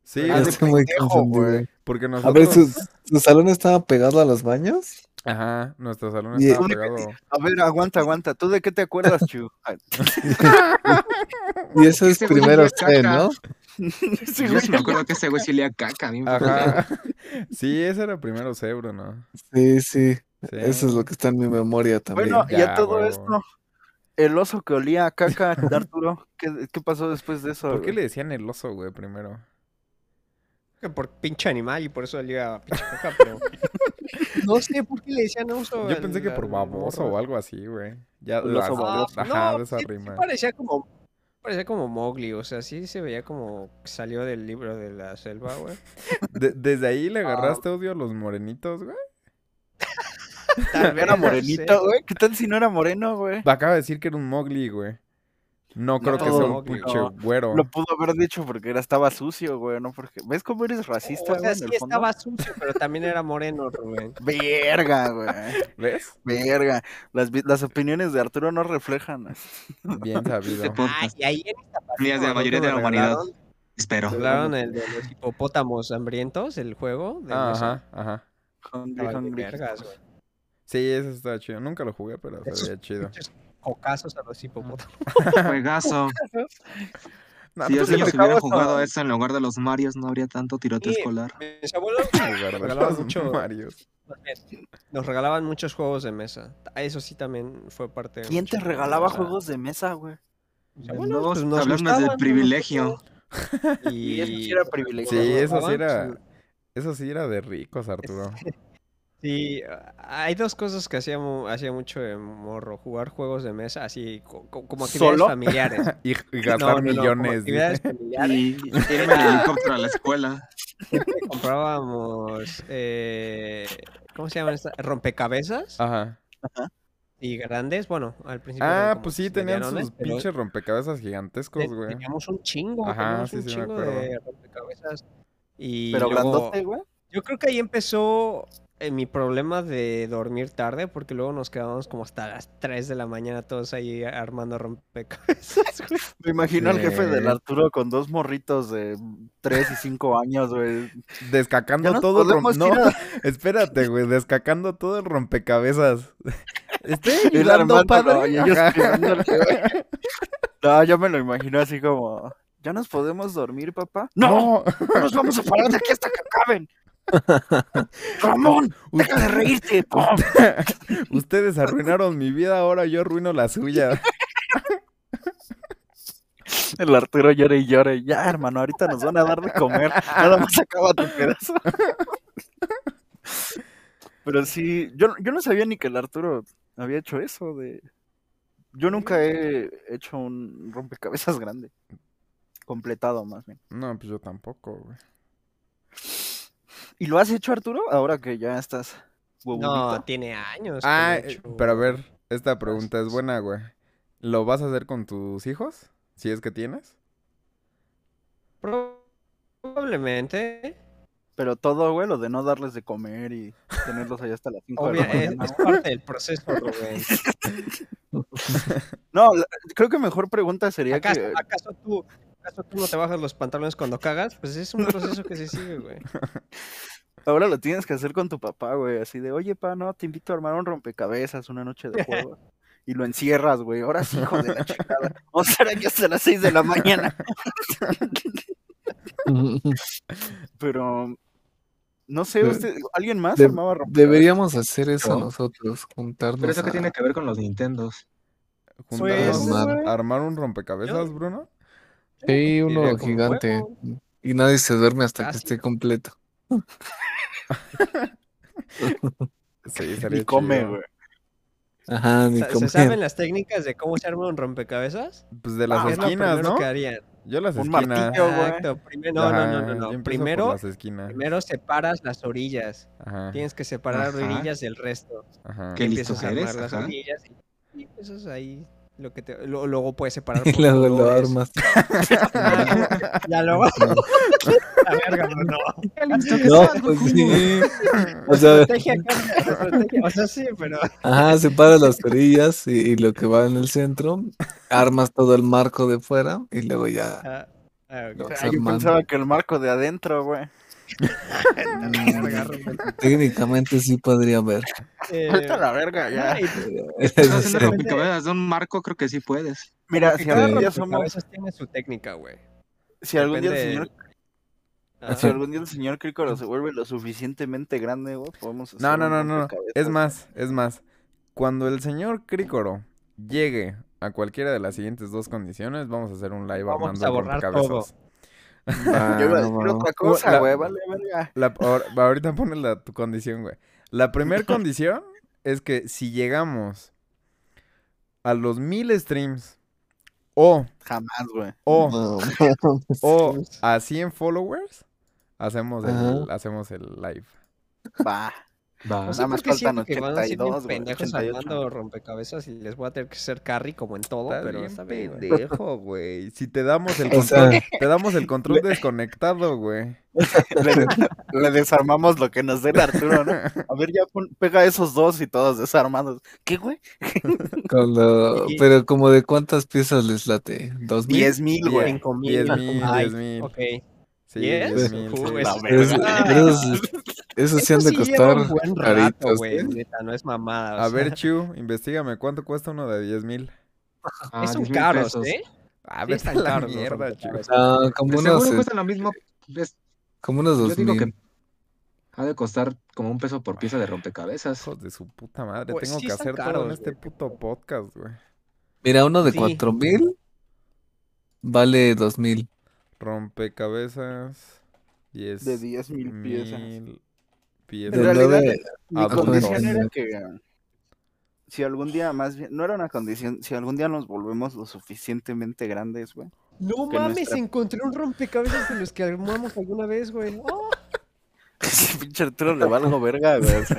S2: Sí,
S1: Ya
S4: Ah, de
S1: estoy muy
S4: pendejo,
S1: confundido.
S4: güey.
S2: porque
S1: A ver,
S2: nosotros.
S1: ¿su, su salón estaba pegado a los baños?
S2: Ajá, nuestro salón
S1: Y-
S2: estaba
S4: Tú de qué te-
S2: pegado.
S4: A ver, aguanta, aguanta. ¿Tú de qué te acuerdas, Chu? Ay,
S1: Y eso es
S5: Ese güey
S1: primero
S5: olía
S1: C,
S5: caca.
S1: ¿no?
S4: ese
S5: Yo
S4: güey-
S5: sí me acuerdo que ese güey sí leía caca. A mí me
S2: Ajá. Sí, ese era primero C, Bruno.
S1: Sí, sí.
S2: Sí.
S1: Eso es lo que está en mi memoria también.
S4: Bueno, y
S2: Ya,
S4: a todo
S2: huevo.
S4: esto, el oso que olía a caca de Arturo, ¿qué, qué pasó después de eso?
S2: ¿Por qué
S4: güey?
S2: le decían el oso, güey, primero?
S3: Que Por pinche animal y por eso le iba a pinche coca, pero. No sé por qué le decían oso.
S2: Yo pensé que
S3: al-
S2: por
S3: al
S2: baboso
S3: morro.
S2: o algo así, güey. Ya
S4: El
S2: la-
S4: oso baboso.
S2: Ajá,
S3: No,
S2: de esa
S3: sí- sí
S2: rima.
S3: parecía como parecía como Mowgli, o sea, sí se veía como salió del libro de la selva, güey.
S2: De- desde ahí le
S3: Ah,
S2: agarraste odio a los morenitos, güey.
S3: Tal vez,
S4: Era
S3: no sé.
S4: morenito, güey. ¿Qué tal si no era moreno, güey?
S2: Acaba de decir que era un mogli, güey. No creo que sea un
S3: Mowgli,
S2: pinche
S4: no.
S2: güero.
S4: Lo pudo haber dicho porque era, estaba sucio, güey, no porque. ¿Ves cómo eres racista,
S3: O sea,
S4: güey?
S3: Oh, sí
S4: en el fondo?
S3: estaba sucio, pero también era moreno, Rubén.
S4: Verga, güey.
S2: ¿Ves?
S4: Verga. Las, vi- las opiniones de Arturo no reflejan.
S2: Bien sabido.
S5: Este podcast.
S3: y ahí en
S5: Días de la mayoría de la humanidad. Espero.
S3: Hablaron el de los hipopótamos hambrientos, el juego. de
S2: Ah,
S3: mesa.
S2: Ajá, ajá.
S4: Hungry,
S3: Estaba de
S4: hungry.
S3: vergas, güey.
S2: Sí, eso está chido. Nunca lo jugué, pero se
S3: Esos-
S2: veía chido.
S3: Muchos cocazos a los hipopótamos.
S5: Juegazo.
S2: No,
S3: pues,
S5: Si
S2: tú
S5: los
S2: sí
S5: niños
S2: le jugabas
S5: hubieran
S2: a-
S5: jugado eso en lugar de los Marios, no habría tanto tiroteo
S3: Sí.
S5: escolar.
S2: Mm.
S3: Mis abuelos
S2: jugar de
S3: Regalaba
S2: los
S3: mucho-
S2: Marios.
S3: más bien, nos regalaban muchos juegos de mesa. Eso sí también fue parte. de
S4: ¿Quién te
S3: mucho-
S4: regalaba
S3: o sea,
S4: juegos de mesa, güey?
S3: mis abuelos,
S5: No,
S3: pues, nos
S5: hablarnos del
S3: gustaban, ¿no?
S5: privilegio.
S4: Y eso sí
S3: Y-
S4: era privilegio.
S2: Sí, eso sí
S3: jugaban,
S2: era.
S3: sí.
S2: Eso sí era de ricos, Arturo.
S3: Sí, ah, hay dos cosas que hacía, mu- hacía mucho de morro: jugar juegos de mesa, así co- co- como actividades
S4: ¿Solo?
S3: familiares.
S2: Y, y
S3: No,
S2: gastar
S3: no, no, como
S2: millones.
S3: actividades
S2: dije.
S3: familiares.
S5: Y irme en helicóptero a la escuela.
S3: comprábamos eh, ¿cómo se llaman estas? rompecabezas
S2: Ajá.
S3: y grandes bueno al principio eran
S2: Ah. Ah,
S3: como
S2: pues sí,
S3: así
S2: tenían
S3: medianones,
S2: sus
S3: pero
S2: pinches rompecabezas gigantescos,
S3: te-
S2: güey.
S3: teníamos un chingo
S2: Ajá,
S3: teníamos
S2: sí,
S3: un
S2: sí, me
S3: chingo
S2: acuerdo.
S3: de rompecabezas y
S4: Pero
S3: luego-
S4: grandote, güey.
S3: yo creo que ahí empezó eh, mi problema de dormir tarde porque luego nos quedábamos como hasta las 3 de la mañana todos ahí armando rompecabezas güey.
S4: Me imagino al jefe del
S2: Sí.
S4: Arturo con dos morritos de 3 y 5 años, güey. Ya
S2: Descacando
S4: nos
S2: todo el
S4: podemos
S2: rom-
S4: ir
S2: No,
S4: a-
S2: espérate, güey. Descacando todo el rompecabezas. Estoy
S4: ir
S2: ayudando,
S4: armándolo
S2: padre.
S4: y ellos
S2: Ajá.
S4: pegándole, güey. No, yo me lo imagino así como... ¿Ya nos podemos dormir, papá?
S2: No,
S4: nos vamos a parar de aquí hasta que acaben. Ramón, deja de reírte. ¡Pum!
S2: ustedes arruinaron mi vida, ahora yo arruino la suya.
S4: El Arturo llora y llora. y, Ya, hermano, ahorita nos van a dar de comer. Nada más acaba tu pedazo. Pero sí, yo, yo no sabía ni que el Arturo había hecho eso de... Yo nunca he hecho un rompecabezas grande. Completado, más bien.
S2: No, pues yo tampoco, güey.
S4: ¿Y lo has hecho, Arturo? Ahora que ya estás...
S3: no
S4: huevudito.
S3: tiene años que no he
S2: Ah, eh,
S3: hecho
S2: pero a ver, esta pregunta es
S3: cosas.
S2: buena, güey. ¿Lo vas a hacer con tus hijos? Si es que tienes.
S3: probablemente
S4: Pero todo, güey, lo de no darles de comer y tenerlos allá hasta las 5 de la
S3: Obvia- eh, es,
S4: mañana.
S3: es parte del proceso, Rubén.
S4: No, la- creo que mejor pregunta sería
S3: ¿Acaso,
S4: que.
S3: acaso tú, acaso tú no te bajas los pantalones cuando cagas? Pues es un proceso que se sigue, güey.
S4: Ahora lo tienes que hacer con tu papá, güey. Así de, oye, pa, no, te invito a armar un rompecabezas una noche de juego. Y lo encierras, güey. Ahora sí, hijo de la chingada. Vamos a estar aquí hasta las 6 de la mañana. Pero. No sé,
S1: De-
S4: usted, ¿alguien más
S1: de-
S4: armaba rompecabezas?
S1: Deberíamos hacer eso
S5: No.
S1: nosotros, juntarnos.
S5: Pero eso que
S1: a-
S5: tiene que ver con los Nintendos.
S2: Juntarnos,
S1: Pues,
S2: armar,
S3: güey.
S2: un rompecabezas,
S3: Yo-
S2: Bruno.
S1: Sí,
S3: Diría
S1: uno
S3: como,
S1: gigante.
S3: "Huevo".
S1: Y nadie se duerme hasta que
S3: Casi.
S1: esté completo.
S2: Sí,
S4: Y
S2: sería
S4: come,
S2: chido.
S4: güey.
S1: Ajá, ni
S3: Sa- ¿Se
S1: comer.
S3: saben las técnicas de cómo se arma un rompecabezas?
S2: Pues de las
S3: Es lo
S2: esquinas,
S3: Ah, primero
S2: ¿no?
S3: que harían.
S2: Yo las
S4: Un
S2: esquinas.
S4: martillo, güey.
S3: Exacto. Primero, no, no, no,
S2: Ajá,
S3: no, no.
S2: yo empiezo por
S3: Primero,
S2: las esquinas.
S3: primero separas las orillas.
S2: Ajá,
S3: Tienes que separar
S5: Ajá.
S3: orillas del resto.
S2: ajá.
S5: ¿Qué?
S3: Y
S5: listo
S3: empiezas a
S5: que eres,
S3: armar las
S5: ajá.
S3: orillas y, y empiezas ahí lo que te, lo- luego puedes separar
S1: Y
S3: por
S1: luego lo
S3: colores.
S1: armas.
S3: Ah, Ya luego. La verga, no, no.
S1: No, pues sí. O sea,
S3: estrategia, Carlos, estrategia. O sea, sí, pero.
S1: ajá, separas las orillas y, y lo que va en el centro, armas todo el marco de fuera y luego ya.
S3: Ah, ah, ok.
S1: No,
S4: Ah, yo
S1: Armando.
S4: pensaba que el marco de adentro, güey.
S1: mm,
S3: Verga, Rubén.
S1: técnicamente sí podría haber.
S3: Eh,
S4: Ahorita la verga, ya.
S3: ay, tú-
S5: Estás haciendo
S1: este,
S3: Sí.
S5: rompecabezas de un marco, creo que sí puedes.
S4: Mira, si
S3: que cada
S4: algún día
S3: rompecabezas
S4: somos.
S3: tiene su técnica, güey.
S4: Si algún día el
S3: pues, depende
S4: señor.
S3: Ah,
S4: Si algún día el señor Crícolo se vuelve lo suficientemente grande, güey, podemos hacer
S2: No, no,
S4: un
S2: no, no. Es
S4: rompecabezas.
S2: más, es más. Cuando el señor Crícoro llegue a cualquiera de las siguientes dos condiciones, vamos a hacer un live
S3: Vamos
S2: armando
S3: a
S2: el
S3: borrar todo.
S2: rompecabezas.
S4: Yo iba
S1: Va,
S4: a decir
S1: va, va.
S4: otra cosa,
S2: La-
S4: güey, vale, verga.
S2: La- ahor- ahorita pones la, tu condición, güey. La primera condición es que si llegamos a los mil streams o,
S4: Jamás, güey.
S2: o,
S1: No,
S2: o a 100 followers, hacemos el,
S1: Ajá.
S2: hacemos el live.
S4: Va.
S5: Va.
S4: O sea, nada más faltan
S3: siento que van a ser bien
S4: 82, güey,
S3: pendejos
S4: 88.
S3: armando rompecabezas y les voy a tener que ser carry como en todo,
S2: Estás
S3: Oh, pero
S2: bien
S3: está bien, güey.
S2: pendejo, güey. Si te damos el
S1: O sea-
S2: control, te damos el control desconectado, güey.
S4: Le, le desarmamos lo que nos dé el Arturo, ¿no? A ver, ya pon- pega esos dos y todos desarmados. ¿Qué, güey?
S1: cuando-
S3: Y-
S1: Pero como de cuántas piezas les late, dos mil.
S4: Diez mil,
S2: Diez.
S4: güey.
S3: Cinco mil.
S2: 10 mil,
S3: Ay,
S2: 10 mil.
S3: Ok.
S2: Sí,
S3: ¿Diez?
S2: 10 mil.
S3: Ujú,
S2: sí.
S3: eso
S4: La
S1: Pero es-
S3: Ah.
S1: pero es- eso sí han
S3: Eso
S1: de
S3: sí lleva
S1: costar
S3: un buen rato,
S1: caritos,
S3: güey,
S1: ¿eh?
S3: neta, no es mamada. o
S2: A
S3: sea,
S2: ver, Chu, investigame cuánto cuesta uno de 10 mil.
S5: Ah,
S3: es un
S5: 10,000
S3: caros,
S5: pesos.
S3: ¿eh?
S2: Ah,
S3: Sí
S2: vete
S3: están
S2: a la
S3: caros los
S2: mierda, Chu.
S3: rompecabezas.
S1: Ah, como
S5: Seguro
S1: unos,
S5: cuesta lo mismo. ves,
S1: como unos
S5: Yo
S1: dos
S5: digo
S1: mil.
S5: que ha de costar como un peso por pieza de rompecabezas.
S2: Hijos de su puta madre,
S3: Pues
S2: tengo
S3: sí
S2: que
S3: están
S2: hacer todo en
S3: caros,
S2: este
S3: güey.
S2: puto podcast, güey.
S1: Mira, uno de
S3: Sí.
S1: cuatro mil vale dos mil.
S2: Rompecabezas. 10
S4: De diez mil piezas.
S2: mil
S4: En
S2: piezas.
S1: De
S4: realidad,
S1: nueve-
S4: Mi
S2: Ah, bueno,
S4: condición
S1: no.
S4: era que si algún día, más bien, no era una condición, si algún día nos volvemos lo suficientemente grandes, güey.
S3: No
S4: Que
S3: mames,
S4: nuestra-
S3: encontré un rompecabezas de los que armamos alguna vez, güey. ¡Oh!
S4: Si pinche Arturo le valgo verga, güey. o sea,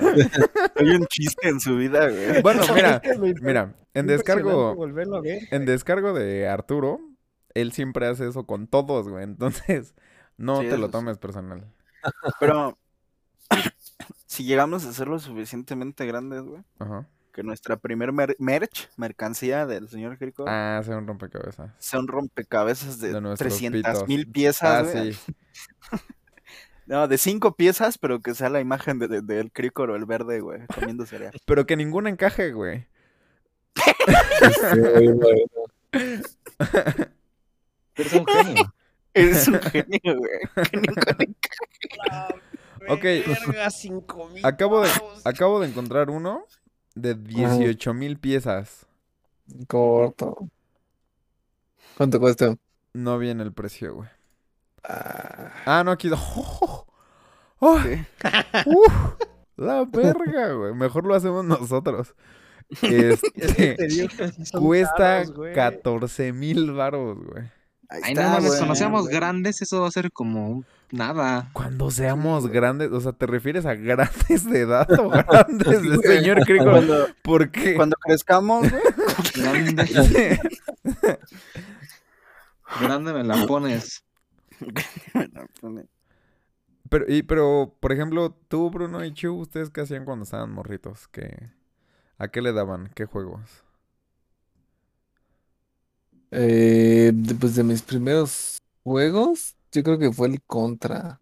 S4: hay un chiste en su vida, güey.
S2: Bueno, mira,
S3: Es que me-
S2: mira, en
S3: impresionante
S2: descargo,
S3: volverlo a ver.
S2: en descargo de Arturo, él siempre hace eso con todos, güey. Entonces, no
S4: Sí,
S2: te
S4: eso
S2: lo
S4: sí.
S2: tomes personal.
S4: Pero si llegamos a ser lo suficientemente grandes, güey,
S2: Ajá.
S4: que nuestra primer mer- merch, mercancía del señor Crico,
S2: Ah, hace un rompecabezas.
S4: sea un rompecabezas de,
S2: De nuestros
S4: 300 mil
S2: Ah,
S4: piezas, güey.
S2: sí.
S4: No, de cinco piezas, pero que sea la imagen del de, del Cricor o el verde, güey, comiendo cereal.
S2: Pero que ninguna encaje, güey.
S1: Sí, güey.
S5: Pero es un genio.
S4: Eres un genio, güey. que nunca te
S2: Ok.
S3: Verga, 5000
S2: Acabo de,
S3: pavos.
S2: acabo de encontrar uno de 18 mil piezas.
S1: Corto. ¿Cuánto cuesta?
S2: No viene el precio, güey.
S1: Ah,
S2: Ah, no, aquí. ¡Oh!
S4: ¿Qué?
S2: ¡Uf! la verga, güey. Mejor lo hacemos nosotros.
S3: Es que
S2: Este,
S3: te digo que sí son
S2: cuesta
S3: caros, güey.
S2: 14 mil baros, güey.
S5: Ay, no mames,
S4: güey.
S5: cuando seamos grandes, eso va a ser como un- nada.
S2: Cuando seamos grandes, o sea, ¿te refieres a grandes de edad o grandes de señor Crico?
S4: Cuando,
S2: ¿Por qué?
S4: cuando crezcamos, güey,
S5: Grande, grande me la pones.
S2: Pero, y, pero, por ejemplo, tú, Bruno y Chu, ¿ustedes qué hacían cuando estaban morritos? ¿Qué, ¿A qué le daban? ¿Qué juegos?
S1: eh, de- pues de mis primeros juegos, yo creo que fue el Contra.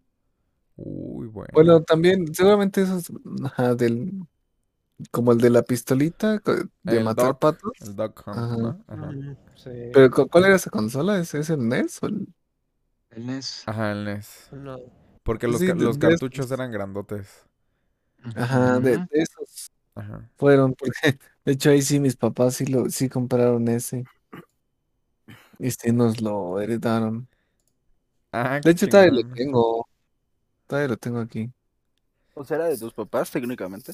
S2: Uy, bueno.
S1: Bueno, también, seguramente eso es ajá, del, como el de la pistolita co- de
S2: El
S1: matar
S2: Doc.
S1: patos.
S2: El Duck Hunt,
S1: Ajá.
S2: ¿no? Ajá.
S3: Mm, sí.
S1: Pero cu- ¿cuál era esa consola? ¿Es, es el NES o el-
S5: Él es.
S2: Ajá, el NES.
S3: No.
S2: Porque los,
S1: Sí,
S2: ca-
S1: de- E
S2: los
S1: de esos.
S2: cartuchos eran grandotes.
S1: Ajá, de,
S5: Ujú.
S1: de esos
S2: Ajá.
S1: fueron, porque de hecho ahí sí mis papás sí lo sí compraron ese. Y sí nos lo heredaron.
S2: Ah,
S1: De
S2: qué
S1: hecho, todavía lo
S2: chingón.
S1: tengo. Todavía lo tengo aquí.
S4: O sea, pues era de tus papás, técnicamente.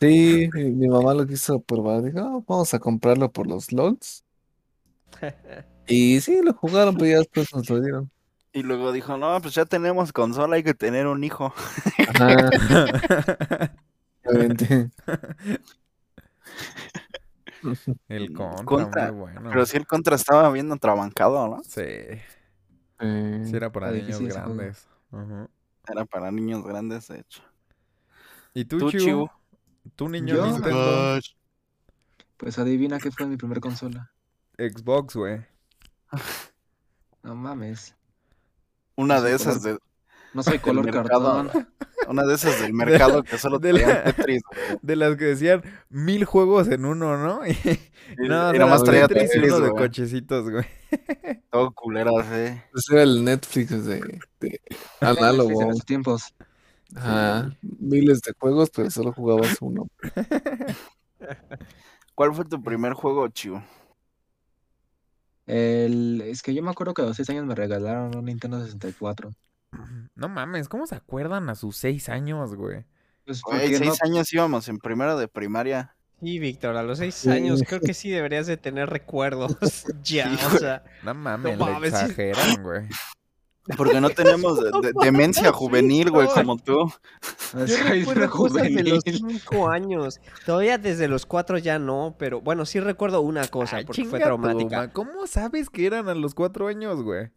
S1: Sí, mi, mi mamá lo quiso probar. Dijo, "Ah, vamos a comprarlo por los LOLs. Y sí, lo jugaron, pero ya después nos lo dieron.
S4: Y luego dijo, no, pues ya tenemos consola, hay que tener un hijo.
S1: Ajá, obviamente.
S2: el
S4: Mm,
S2: contra,
S4: Contra.
S2: muy bueno.
S4: Pero si el contra estaba bien atrabancado, ¿no?
S2: Sí,
S1: Eh,
S2: sí era para
S1: está
S2: niños
S1: difícil ese juego.
S2: grandes. Ajá.
S4: Era para niños grandes, de hecho.
S2: ¿Y tú,
S4: Tú,
S2: Chu?
S4: Chu.
S2: ¿Tú, niño
S5: Yo-
S2: Nintendo?
S5: Pues adivina qué fue mi primer consola.
S2: Xbox, güey.
S5: No mames.
S4: Una
S5: Sí,
S4: de
S5: sí,
S4: esas de,
S5: No soy
S4: Del
S5: color
S4: mercado,
S5: cartón.
S4: una de esas del mercado que solo
S2: de la-
S4: traían Tetris. güey.
S2: De las que decían mil juegos en uno, ¿no? Y,
S4: Y,
S2: nada
S4: y nomás
S2: más
S4: traía
S2: Tetris y
S4: Tetris,
S2: uno de
S4: güey.
S2: cochecitos, güey.
S4: Todo culero, sí.
S1: Ese pues, era el Netflix de, de
S5: Netflix en
S1: análogo.
S5: los tiempos.
S1: Ajá, miles de juegos, pero solo jugabas uno.
S4: ¿Cuál fue tu primer juego, Chiu?
S5: El... Es que yo me acuerdo que a los 6 años me regalaron un Nintendo 64.
S2: No mames, ¿cómo se acuerdan a sus seis años, güey?
S5: Pues
S4: Güey,
S5: porque no-
S4: seis años íbamos en primero de primaria.
S3: Sí, Víctor, a los seis
S1: Sí.
S3: años creo que sí deberías de tener recuerdos. ya, o sea,
S2: No mames,
S3: No
S2: le
S3: mames, sí.
S2: exageran, güey.
S4: Porque no teníamos de- de- demencia juvenil, güey, como tú.
S3: yo
S5: Alzheimer
S3: recuerdo cosas de los
S5: juvenil.
S3: cinco años. Todavía desde los cuatro ya no, pero bueno, sí recuerdo una cosa
S2: Ay,
S3: porque fue
S2: chinga tu
S3: traumática.
S2: ma- ¿Cómo sabes que eran a los cuatro años, güey?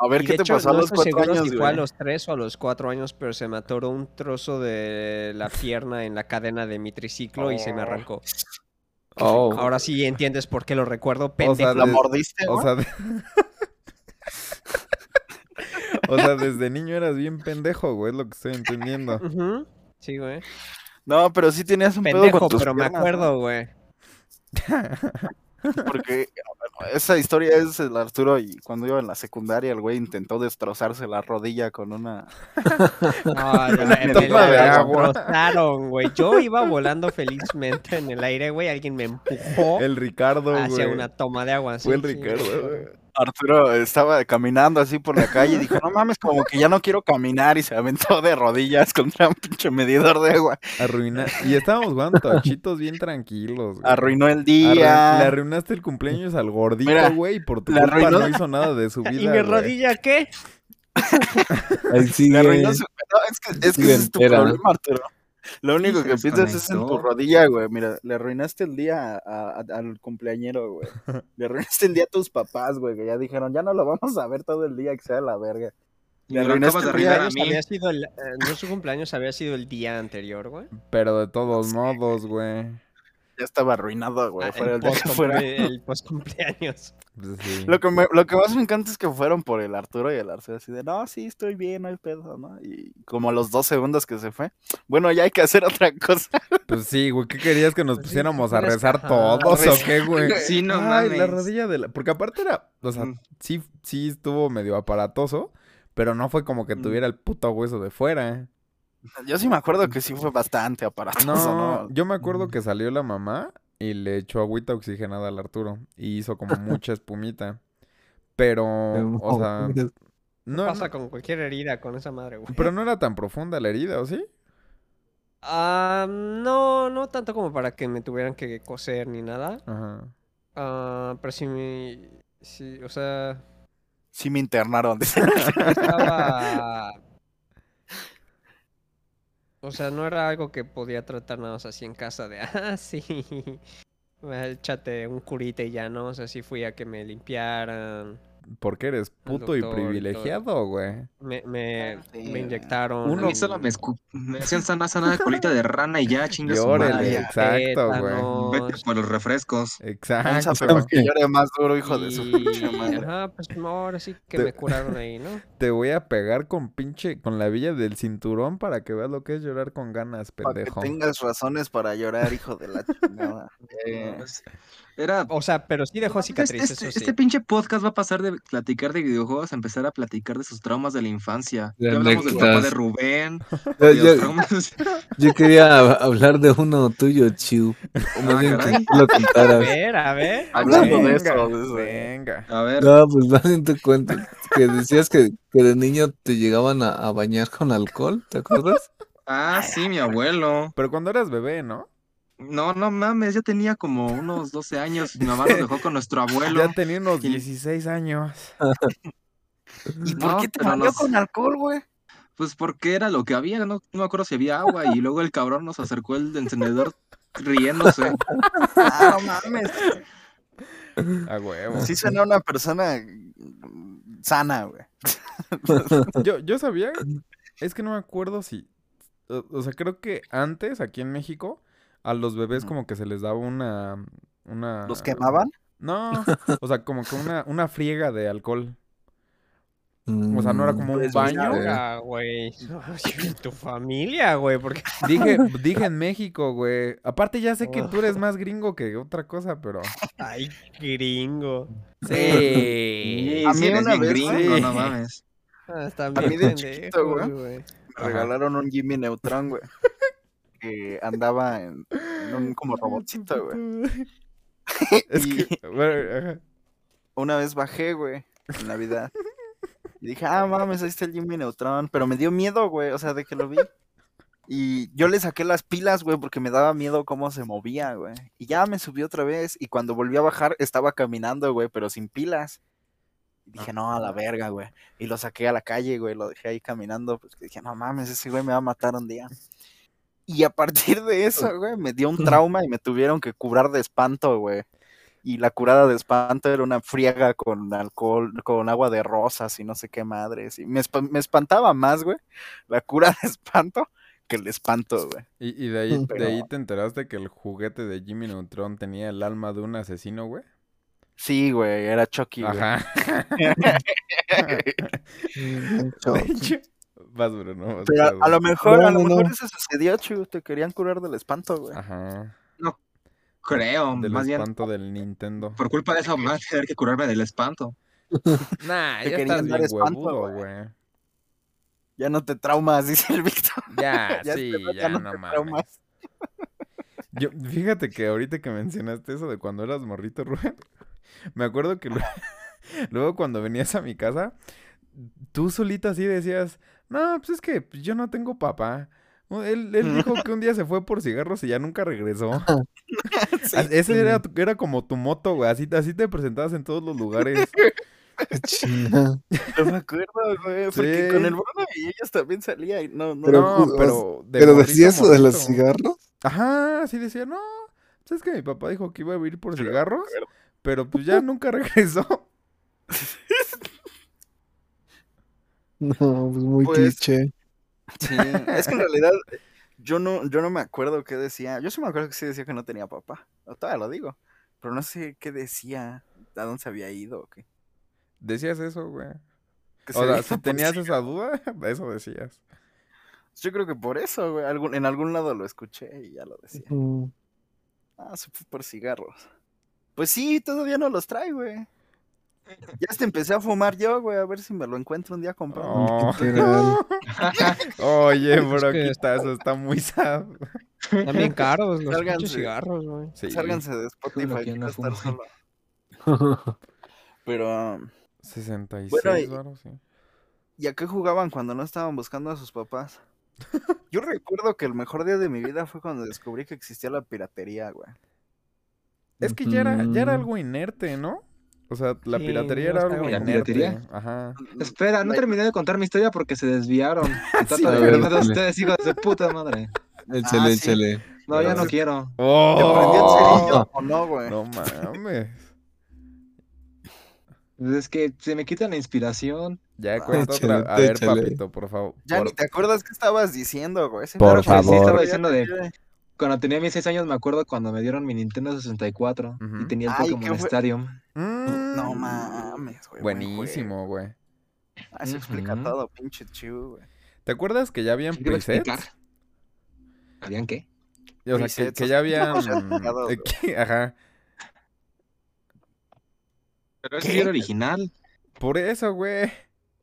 S4: A ver,
S3: Y
S4: ¿qué
S3: de
S4: te
S3: hecho,
S4: pasó a
S3: no
S4: los
S3: estoy seguro
S4: cuatro
S3: si
S4: años,
S3: fue a
S4: güey?
S3: los tres o a los cuatro años, pero se me atoró un trozo de la pierna en la cadena de mi triciclo y se me arrancó.
S1: Oh.
S3: Ahora sí entiendes por qué lo recuerdo,
S2: O sea,
S3: pendejo.
S4: ¿La
S2: de-
S4: mordiste,
S2: O
S4: güey?
S2: sea, de- o sea, desde niño eras bien pendejo, güey, es lo que estoy entendiendo.
S3: Ujú, Sí, güey.
S4: No, pero sí tenías un pedo
S3: Pendejo,
S4: con tus
S3: pero me
S4: piernas,
S3: acuerdo, güey.
S4: ¿no? Porque eh, esa historia es el Arturo y cuando iba en la secundaria el güey intentó destrozarse la rodilla con una...
S3: No, no, me
S2: tapa de
S3: la
S2: agua.
S3: destrozaron, güey. Yo iba volando felizmente en el aire, güey. Alguien me empujó
S2: El Ricardo,
S3: hacia
S2: güey.
S3: una toma de agua.
S2: Fue el
S3: sí, sí,
S2: Ricardo,
S3: güey.
S2: güey.
S4: Arturo estaba caminando así por la calle y dijo, no mames, como que ya no quiero caminar y se aventó de rodillas contra un pinche medidor de agua.
S2: Arruina- Y estábamos jugando tachitos bien tranquilos, güey.
S4: Arruinó el
S2: Arruin- Le
S4: día.
S2: arruinaste el cumpleaños al gordito,
S4: Mira,
S2: güey, y por tu
S4: le
S2: culpa
S4: arruinó-
S2: no hizo nada de su vida.
S3: ¿Y mi
S2: güey.
S3: rodilla qué?
S1: Ahí
S4: Le
S1: sigue.
S4: arruinó su- no, es que, es que
S1: Sigue
S4: ese es tu
S1: entera.
S4: problema, Arturo. Lo único
S5: se
S4: que piensas es en tu
S5: desconectó.
S4: rodilla, güey. Mira, le arruinaste el día a- a- al cumpleañero, güey. Le arruinaste el día a tus papás, güey, que ya dijeron, ya no lo vamos a ver todo el día, que sea la verga. Le
S5: Me lo
S4: arruinaste
S5: acabas de
S4: el día.
S5: arruinar a
S3: Cumpleaños
S5: mí.
S3: había sido el- eh, no su cumpleaños había sido el día anterior, güey.
S2: Pero de todos modos, güey.
S4: Ya estaba arruinado, güey.
S3: Ah,
S4: fuera el
S3: el
S4: día que
S3: post
S4: fuera.
S3: cumpleaños.
S2: Pues sí.
S4: Lo que, me- lo que más me encanta es que fueron por el Arturo y el Arceo así de, no, sí, estoy bien, no hay pedo, ¿no? Y como a los dos segundos que se fue, bueno, ya hay que hacer otra cosa.
S2: Pues sí, güey, ¿qué querías que nos
S3: Pues sí,
S2: pusiéramos
S3: ¿qué
S2: a
S3: quieres?
S2: rezar
S3: Ajá.
S2: todos o qué, güey?
S5: Sí, no
S2: Ay, la
S5: mames.
S2: rodilla de la... Porque aparte era, o sea,
S5: Mm.
S2: sí, sí estuvo medio aparatoso, pero no fue como que
S4: Mm.
S2: tuviera el puto hueso de fuera.
S4: Yo sí me acuerdo que sí fue bastante aparatoso, ¿no?
S2: No, yo me acuerdo que salió la mamá y le echó agüita oxigenada al Arturo y hizo como mucha espumita. Pero,
S1: Em,
S2: o sea, no,
S3: Pasa
S2: no-
S3: con cualquier herida con esa madre, güey.
S2: pero no era tan profunda la herida, ¿o sí?
S3: Ah, no, no tanto como para que me tuvieran que coser ni nada.
S2: Ajá.
S3: Ah, pero sí me sí, o sea,
S4: Sí me internaron. dice.
S3: estaba. O sea, no era algo que podía tratar nada más así en casa de, ah, sí, échate un curita y ya no, o sea, sí fui a que me limpiaran,
S2: Porque eres puto y
S3: doctor y todo.
S2: privilegiado, güey.
S3: me, me,
S4: Ah,
S3: me
S4: sí.
S3: inyectaron.
S5: A mí solo me, escu- me hacían sana sana de colita de rana y ya, chingas su
S2: Llórele,
S5: madre.
S4: ya.
S2: exacto, güey.
S5: Vete
S3: tétanos,
S5: por los refrescos.
S4: Un
S2: Exacto.
S4: zape para que llore más duro, hijo de su pinche
S3: y-
S4: madre.
S3: Ajá, pues no, ahora sí que
S2: Te-
S3: me curaron ahí, ¿no?
S2: Te voy a pegar con pinche, con la villa del cinturón para que veas lo que es llorar con ganas,
S4: Para que
S2: pendejo.
S4: tengas razones para llorar, hijo de la chingada.
S5: Eh, Era
S3: O sea, pero sí dejó
S5: Entonces,
S3: cicatrices,
S5: Este,
S3: Oh, eso sí.
S5: este pinche podcast va a pasar de platicar de videojuegos a empezar a platicar de sus traumas de la infancia.
S1: De
S5: Ya hablamos del papá de
S1: anécdotas.
S5: Rubén.
S1: Yo,
S5: de los
S1: yo-
S5: traumas-
S1: yo quería hab- hablar de uno tuyo, Chiu. O más
S5: Ah,
S1: bien
S5: caray.
S1: que tú lo
S3: A
S1: contaras.
S3: ver, a ver.
S4: Hablando de
S2: Venga,
S4: eso, de eso.
S2: venga.
S5: A ver,
S1: No, pues más bien te cuento. Que decías que, que de niño te llegaban a, a bañar con alcohol, ¿te acuerdas?
S5: ah, sí, mi abuelo.
S2: Pero cuando eras bebé, ¿no?
S5: No, no mames, yo tenía como unos 12 años. Mi mamá lo dejó con nuestro abuelo.
S2: Ya tenía unos
S5: Y-
S2: 16 años.
S4: ¿Y por
S5: No,
S4: qué te
S5: pero
S4: bañó
S5: nos-
S4: con alcohol, güey?
S5: Pues porque era lo que había, no, no me acuerdo si había agua. Y luego el cabrón nos acercó el encendedor riéndose.
S4: Ah, no mames.
S2: A huevo.
S4: Sí suena una persona mm, sana, güey.
S2: Yo, yo sabía, es que no me acuerdo si, o, o sea, creo que antes, aquí en México, a los bebés
S4: Ujú.
S2: como que se les daba una, una...
S4: ¿Los quemaban?
S2: No, o sea, como que una, una friega de alcohol. O sea, no era
S1: Mm,
S2: como un
S4: Pues,
S2: baño.
S1: mira,
S3: Ah, güey. Ay, Tu familia, güey, porque
S2: Dije, dije en México, güey. Aparte ya sé que tú eres más gringo que otra cosa, pero...
S3: ay, gringo.
S2: Sí.
S5: a
S4: mí una vez,
S5: gringo,
S2: sí.
S5: no mames.
S3: Ah, Están
S4: A mí
S3: bien
S4: de
S3: pendejos,
S4: chiquito, güey.
S3: güey.
S4: Me
S2: Ajá.
S4: regalaron un Jimmy Neutron, güey. Que andaba en, en un como robotcito, güey.
S2: Es
S4: Y-
S2: que... bueno, ajá.
S4: Una vez bajé, güey, en Navidad. Y dije, ah, mames, ahí está el Jimmy Neutron. Pero me dio miedo, güey, o sea, de que lo vi. Y yo le saqué las pilas, güey, porque me daba miedo cómo se movía, güey. Y ya me subí otra vez y cuando volví a bajar estaba caminando, güey, pero sin pilas. Y dije, no, a la verga, güey. Y lo saqué a la calle, güey, lo dejé ahí caminando. Pues que dije, no mames, ese güey me va a matar un día. Y a partir de eso, güey, me dio un trauma y me tuvieron que curar de espanto, güey. Y la curada de espanto era una friega con alcohol, con agua de rosas y no sé qué madres. Y me, esp- me espantaba más, güey, la cura de espanto que el espanto, güey.
S2: Y, y de, ahí,
S4: Pero-
S2: de ahí te enteraste que el juguete de Jimmy Neutron tenía el alma de un asesino, güey.
S4: Sí, güey, era Chucky, güey.
S2: Ajá.
S1: Mm,
S2: De
S1: chao.
S2: hecho, vas, Bruno. vas,
S4: Pero
S2: vas,
S4: a- a
S2: Bruno.
S4: lo mejor,
S1: No,
S4: a lo
S1: no,
S4: mejor
S1: no.
S4: eso sucedió, chico, te querían curar del espanto, güey.
S1: Ah.
S2: Ajá.
S5: Creo,
S2: Del
S5: más bien
S2: espanto del Nintendo.
S5: por culpa de eso me voy a tener que curarme del espanto.
S2: Nah,
S4: Te
S2: ya
S4: querían
S2: estás
S4: dar
S2: bien
S4: espanto,
S2: huevudo,
S4: güey.
S2: güey.
S4: Ya no te traumas, dice el Víctor.
S2: Ya,
S4: Ya
S2: sí,
S4: este rato
S2: ya,
S4: no
S2: no
S4: te
S2: mames.
S4: traumas.
S2: Yo, fíjate que ahorita que mencionaste eso de cuando eras morrito, Rubén, me acuerdo que lue- luego cuando venías a mi casa, tú solito así decías, no, pues es que yo no tengo papá. O- Él, él dijo que un día se fue por cigarros y ya nunca regresó. A- Ese era, tu- era como tu moto, güey. Así, así te presentabas en todos los lugares.
S1: Qué chingada.
S4: No me acuerdo, güey, porque
S2: Sí.
S4: con el Bruno y ellos también salía y no, no.
S1: Pero
S2: no,
S1: ju- o
S2: pero. de
S1: Pero
S2: morrito,
S1: decía eso de los
S2: morrito.
S1: cigarros.
S2: Ajá, así decía, no. ¿Sabes que mi papá dijo que iba a ir por
S4: Yo me
S2: cigarros?
S4: acuerdo.
S2: Pero pues ya nunca regresó.
S1: No, pues muy
S4: Pues-
S1: cliché.
S4: Sí, es que en realidad yo no, yo no me acuerdo qué decía. Yo sí me acuerdo que sí decía que no tenía papá. O todavía lo digo. Pero no sé qué decía, a dónde se había ido o qué.
S2: Decías eso, güey.
S4: Que se
S2: O sea,
S4: había
S2: si
S4: ido por
S2: tenías
S4: sí.
S2: esa duda, eso decías.
S4: Yo creo que por eso, güey. algún- en algún lado lo escuché y ya lo decía.
S1: Mm,
S4: Ah, se fue por cigarros. Pues sí, todavía no los trae, güey. Ya hasta empecé a fumar yo, güey. A ver si me lo encuentro un día comprando.
S2: Oh.
S1: literal.
S2: Oye,
S3: Es
S2: bro,
S3: que-
S2: quita eso, está muy sad.
S3: Están bien caros los
S4: Sálganse.
S3: pinches cigarros, güey.
S2: Sí,
S4: Sálganse de Spotify.
S5: que
S4: quiero
S5: no
S4: estar
S5: fuman.
S4: solo. Pero, um,
S2: 66
S4: Bueno, y-
S2: varos, sí.
S4: ¿y a qué jugaban cuando no estaban buscando a sus papás? Yo recuerdo que el mejor día de mi vida fue cuando descubrí que existía la piratería, güey.
S2: Es que ya era, ya era
S1: Ujú.
S2: algo inerte, ¿no? O sea, la
S3: Sí,
S2: piratería
S3: no
S2: era
S3: estaba
S2: algo
S3: bueno.
S2: inerte.
S5: ¿Piratería?
S2: Ajá.
S5: Espera, no
S4: La-
S5: terminé de contar mi historia porque se desviaron. Trata
S2: Sí,
S5: de
S1: pero-
S5: verdad a ustedes, hijos de puta madre.
S1: Échale,
S4: sí.
S1: échale.
S5: No, ya
S2: Pero
S5: no
S2: sí.
S5: quiero.
S4: ¿Te prendían
S2: ¡Oh!
S4: cerillo o no, güey?
S2: No mames.
S5: Es que se me quita la inspiración.
S2: Ya cuenta
S1: échale,
S2: otra. A ver,
S1: échale.
S2: papito, por favor.
S4: Ya ni
S2: por-
S4: te acuerdas qué estabas diciendo, güey. Ese
S2: Por
S4: claro que sí,
S2: favor.
S4: güey,
S5: Estaba
S4: ya te
S5: diciendo
S4: olvidé.
S5: Cuando tenía mis 6 años me acuerdo cuando me dieron mi Nintendo 64
S2: Ujú.
S5: y tenía el
S4: Ay,
S5: Pokémon
S4: ¿qué fue?
S5: Stadium.
S2: Mm.
S4: No mames, güey. buen juego.
S2: Buenísimo, güey.
S4: Ah, se explica
S5: Ujú.
S4: todo, pinche chivo, güey.
S2: ¿Te acuerdas que ya habían
S5: ¿Qué te iba a
S2: presets?
S5: explicar? ¿Habían qué?
S2: O sea, que,
S4: Presets,
S2: que
S4: o
S2: ya
S4: sea, ya
S2: habían...
S4: pegados,
S2: eh, que- Ajá.
S5: Pero eso sí era original.
S2: Por eso, güey.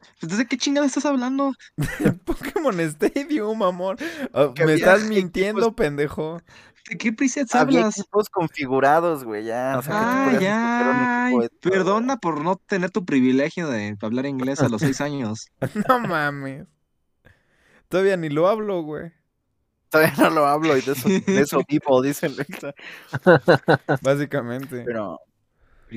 S5: Entonces, ¿qué chingada estás hablando?
S2: El Pokémon Stadium, amor. Ah,
S4: Que
S2: me
S4: había
S2: estás
S4: equipos-
S2: mintiendo, pendejo.
S5: ¿De qué presets
S4: Había
S5: hablas?
S4: equipos configurados, güey, ya. O sea, Ah, que tú
S5: Ah,
S4: podías escoger un
S5: ya.
S4: equipo de todo,
S5: Perdona por no tener tu privilegio de hablar inglés a los seis años.
S2: No mames. Todavía ni lo hablo, güey.
S4: güey. Todavía no lo hablo y de eso, de eso vivo, dice el Víctor.
S2: Básicamente.
S4: Pero